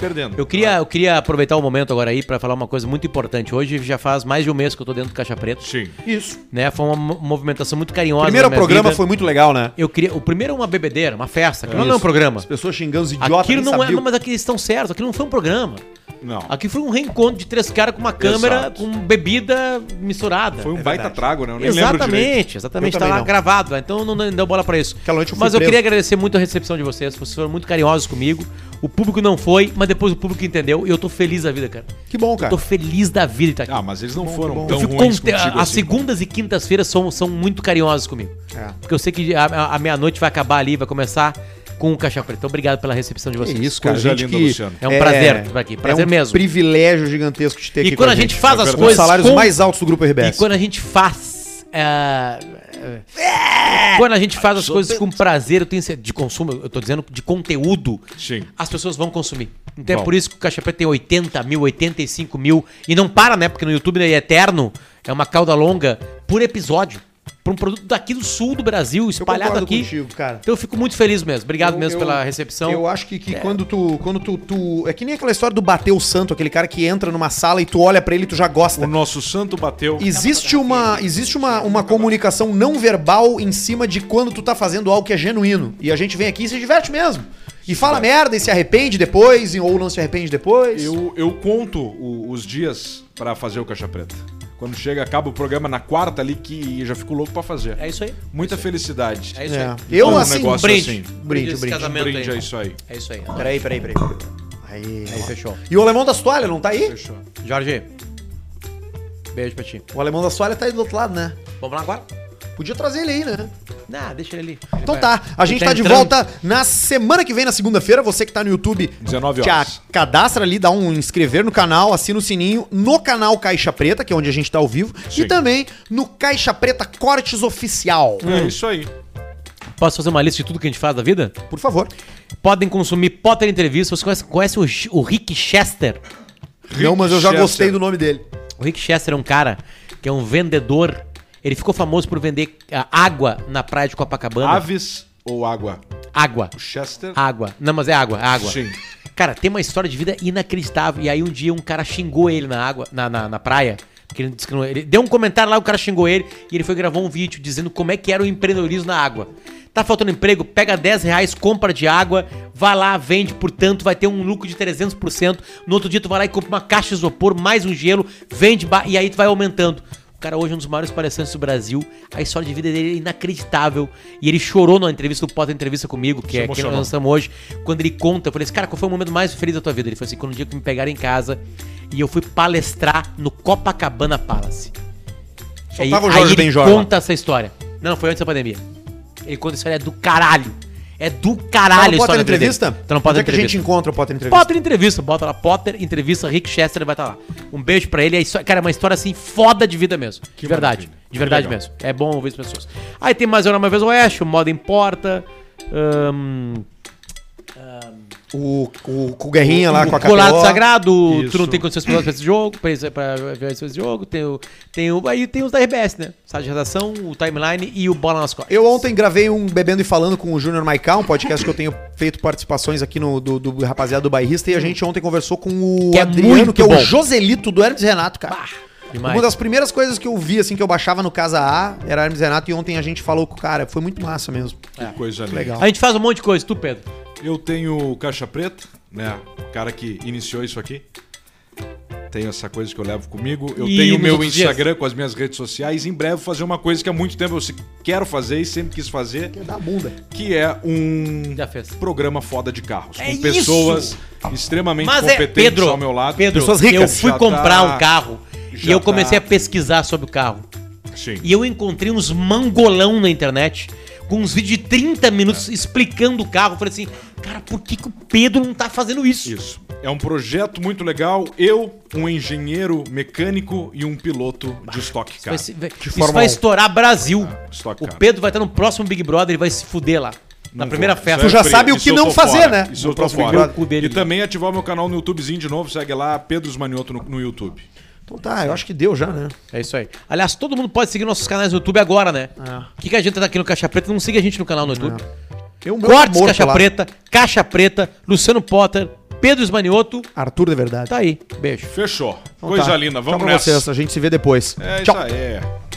perdendo. Eu queria, eu queria aproveitar o momento agora aí pra falar uma coisa muito importante. Hoje já faz mais de um mês que eu tô dentro do Caixa Preta. Sim. Isso. Né? Foi uma mo- movimentação muito carinhosa. O na primeiro minha programa vida. foi muito legal, né? Eu queria. O primeiro é uma bebedeira, uma festa. Aquilo não é um programa. As pessoas xingando os idiotas. Aquilo nem não é. sabiam. Não, mas aqui eles estão certos. Aquilo não foi um programa. Não. Ah, Aqui foi um reencontro de três caras com uma câmera, Exato. com bebida misturada. Foi um baita é verdade. trago, né? Eu nem lembro direito. Exatamente, exatamente. Eu Tá também lá não. gravado, né? então não, não deu bola pra isso. Aquela noite eu fui mas eu preso. queria agradecer muito a recepção de vocês. Vocês foram muito carinhosos comigo. O público não foi, mas depois o público entendeu. E eu tô feliz da vida, cara. Que bom, cara. Tô feliz da vida de estar aqui. Ah, mas eles não foram bom. um tão eu fico ruins conte... contigo assim. As segundas e quintas-feiras são, são muito carinhosos comigo. assim. É. Porque eu sei que a, a- a meia-noite vai acabar ali, vai começar com o Caixa Preta. Então, obrigado pela recepção de Que vocês. isso, cara. Coisa gente linda, que Luciano. É um prazer estar aqui, prazer é um mesmo. privilégio gigantesco de ter E quando com a gente faz É as verdade. coisas Os salários com- mais altos do Grupo E RBS. quando a gente faz. é, é, Quando a gente faz as coisas com prazer, eu tenho certeza, de consumo, eu tô dizendo de conteúdo, Sim. as pessoas vão consumir. Então Bom. é por isso que o Caixa Preta tem 80 mil, 85 mil, e não para, né? Porque no YouTube é eterno, é uma cauda longa por episódio. Para um produto daqui do sul do Brasil, espalhado concordo aqui. contigo, cara. Então eu fico muito feliz mesmo. Obrigado Eu- é mesmo eu- pela recepção. é. Eu acho que, que quando, tu, quando tu, tu- É que nem aquela história do bater o santo, aquele cara que entra numa sala e tu olha pra ele e tu já gosta. O nosso santo bateu. Existe uma, existe uma, uma comunicação não verbal em cima de quando tu tá fazendo algo que é genuíno. E a gente vem aqui e se diverte mesmo. E fala merda e se arrepende depois, e- ou não se arrepende depois. Eu, eu conto o- os dias pra fazer o Caixa Preta. Quando chega, acaba o programa na quarta ali que eu já fico louco pra fazer. É isso aí. Muita felicidade. É isso É. aí. Eu, Um assim, negócio brinde. assim. Brinde, Brinde, brinde. Um casamento brinde aí. é isso aí. É isso aí. Peraí, peraí, peraí. Aí, Aí ó. fechou. E o alemão das toalhas não tá aí? Fechou. Jorge, beijo pra ti. O alemão das toalhas tá aí do outro lado, né? Vamos lá agora? Podia trazer ele aí, né? Não, deixa ele ali. É. Então tá, a gente tá, de volta na semana que vem, na segunda-feira. Você que tá no YouTube, 19 te a- horas. cadastra ali, dá um inscrever no canal, assina o sininho no canal Caixa Preta, que é onde a gente tá ao vivo, e Sim. também no Caixa Preta Cortes Oficial. É isso aí. Posso fazer uma lista de tudo que a gente faz da vida? Por favor. Podem consumir Potter Entrevista. Vocês conhecem, conhecem o, Ch- o Rick Chester? Não, mas eu já Chester. gostei do nome dele. O Rick Chester é um cara que é um vendedor. Ele ficou famoso por vender ah, água na praia de Copacabana. Aves ou água? Água. O Chester. Água. Não, mas é água, é água. Sim. Cara, tem uma história de vida inacreditável. E aí um dia um cara xingou ele na água, na, na, na praia. Porque ele, disse que não- ele deu um comentário lá, o cara xingou ele e ele foi gravar um vídeo dizendo como é que era o empreendedorismo na água. Tá faltando emprego? Pega 10 reais, compra de água, vai lá, vende, portanto, vai ter um lucro de 300%. No outro dia tu vai lá e compra uma caixa de isopor, mais um gelo, vende, ba- e aí tu vai aumentando. cara hoje é um dos maiores palestrantes do Brasil. A história de vida dele é inacreditável. E ele chorou na entrevista do Potter Entrevista comigo, que é que nós emocionou. lançamos hoje. Quando ele conta, eu falei assim, cara, qual foi o momento mais feliz da tua vida? Ele falou assim, quando o dia que me pegaram em casa e eu fui palestrar no Copacabana Palace. Só tava o Jorge ele Benjor lá. conta essa história. Não, foi antes da pandemia. Ele conta a história é do caralho. É do caralho Tá no a Potter história dele. Entrevista? Tá Onde é no Potter que a Entrevista. gente encontra o Potter Entrevista? Potter Entrevista, bota lá, Potter Entrevista, Rick Chester vai estar lá. Um beijo pra ele, é isso, cara, é uma história assim foda de vida mesmo. de verdade, maravilha. de verdade legal. mesmo. É bom ouvir as pessoas. Aí tem mais uma uma vez o Oeste, o Moda Importa, hum, O, o, com o Guerrinha lá o com a Colado KTO. Sagrado, Isso. tu não tem condições pra pra esse jogo, pra esse, pra ver esse jogo, tem o, tem o, aí tem os da RBS, né? Sala de redação, o Timeline e o Bola nas Costas. Eu ontem gravei um Bebendo e Falando com o Júnior Maiká, um podcast que eu tenho feito participações aqui no do, do rapaziada do bairrista, e a gente ontem conversou com o Que é muito que é bom. o Joselito do Hermes Renato, cara. demais. Uma das primeiras coisas que eu vi, assim, que eu baixava no Casa A era Hermes Renato, e ontem a gente falou com o cara, foi muito massa mesmo. É. Que coisa linda. Legal. A gente faz um monte de coisa, tu, Pedro. Eu tenho o Caixa Preta, né? O cara que iniciou isso aqui. Tenho essa coisa que eu levo comigo. Eu E tenho o nos meu outros dias? Instagram com as minhas redes sociais. Em breve vou fazer uma coisa que há muito tempo eu se- quero fazer e sempre quis fazer, É da bunda. que é um Já fez. programa foda de carros. É com pessoas extremamente competentes ao meu lado. Pedro, Pessoas ricas. eu fui Já comprar tá- um carro e já eu comecei tá- a pesquisar sobre o carro. Sim. E eu encontrei uns mangolão na internet com uns vídeos de 30 minutos É. explicando o carro. Eu falei assim, cara, por que, que o Pedro não tá fazendo isso? Isso. É um projeto muito legal. Eu, um engenheiro mecânico e um piloto de estoque Vai car. se- vai- Isso, vai, Fórmula um. estourar Brasil. Ah, estoque o car. Pedro vai estar no próximo Big Brother, ele vai se fuder lá. na Não primeira vou. festa. Tu Isso já é frio. sabe o que eu não tô fazer, fora. né? Isso No eu tô próximo fora. Big Brother. E também ativar meu canal no YouTubezinho de novo, segue lá, Pedro Manioto no, no YouTube. Então tá, eu acho que deu já, né? É isso aí. Aliás, todo mundo pode seguir nossos canais no YouTube agora, né? O que, que adianta tá aqui no Caixa Preta e não siga a gente no É. canal no YouTube? Eu, meu Cortes amor, Caixa pela- Preta, Caixa Preta, Luciano Potter, Pedro Esmanioto. Arthur, de verdade. Tá aí. Beijo. Fechou. Então Coisa tá. linda, Tchau vamos pra nessa. vocês, a gente se vê depois. É isso aí.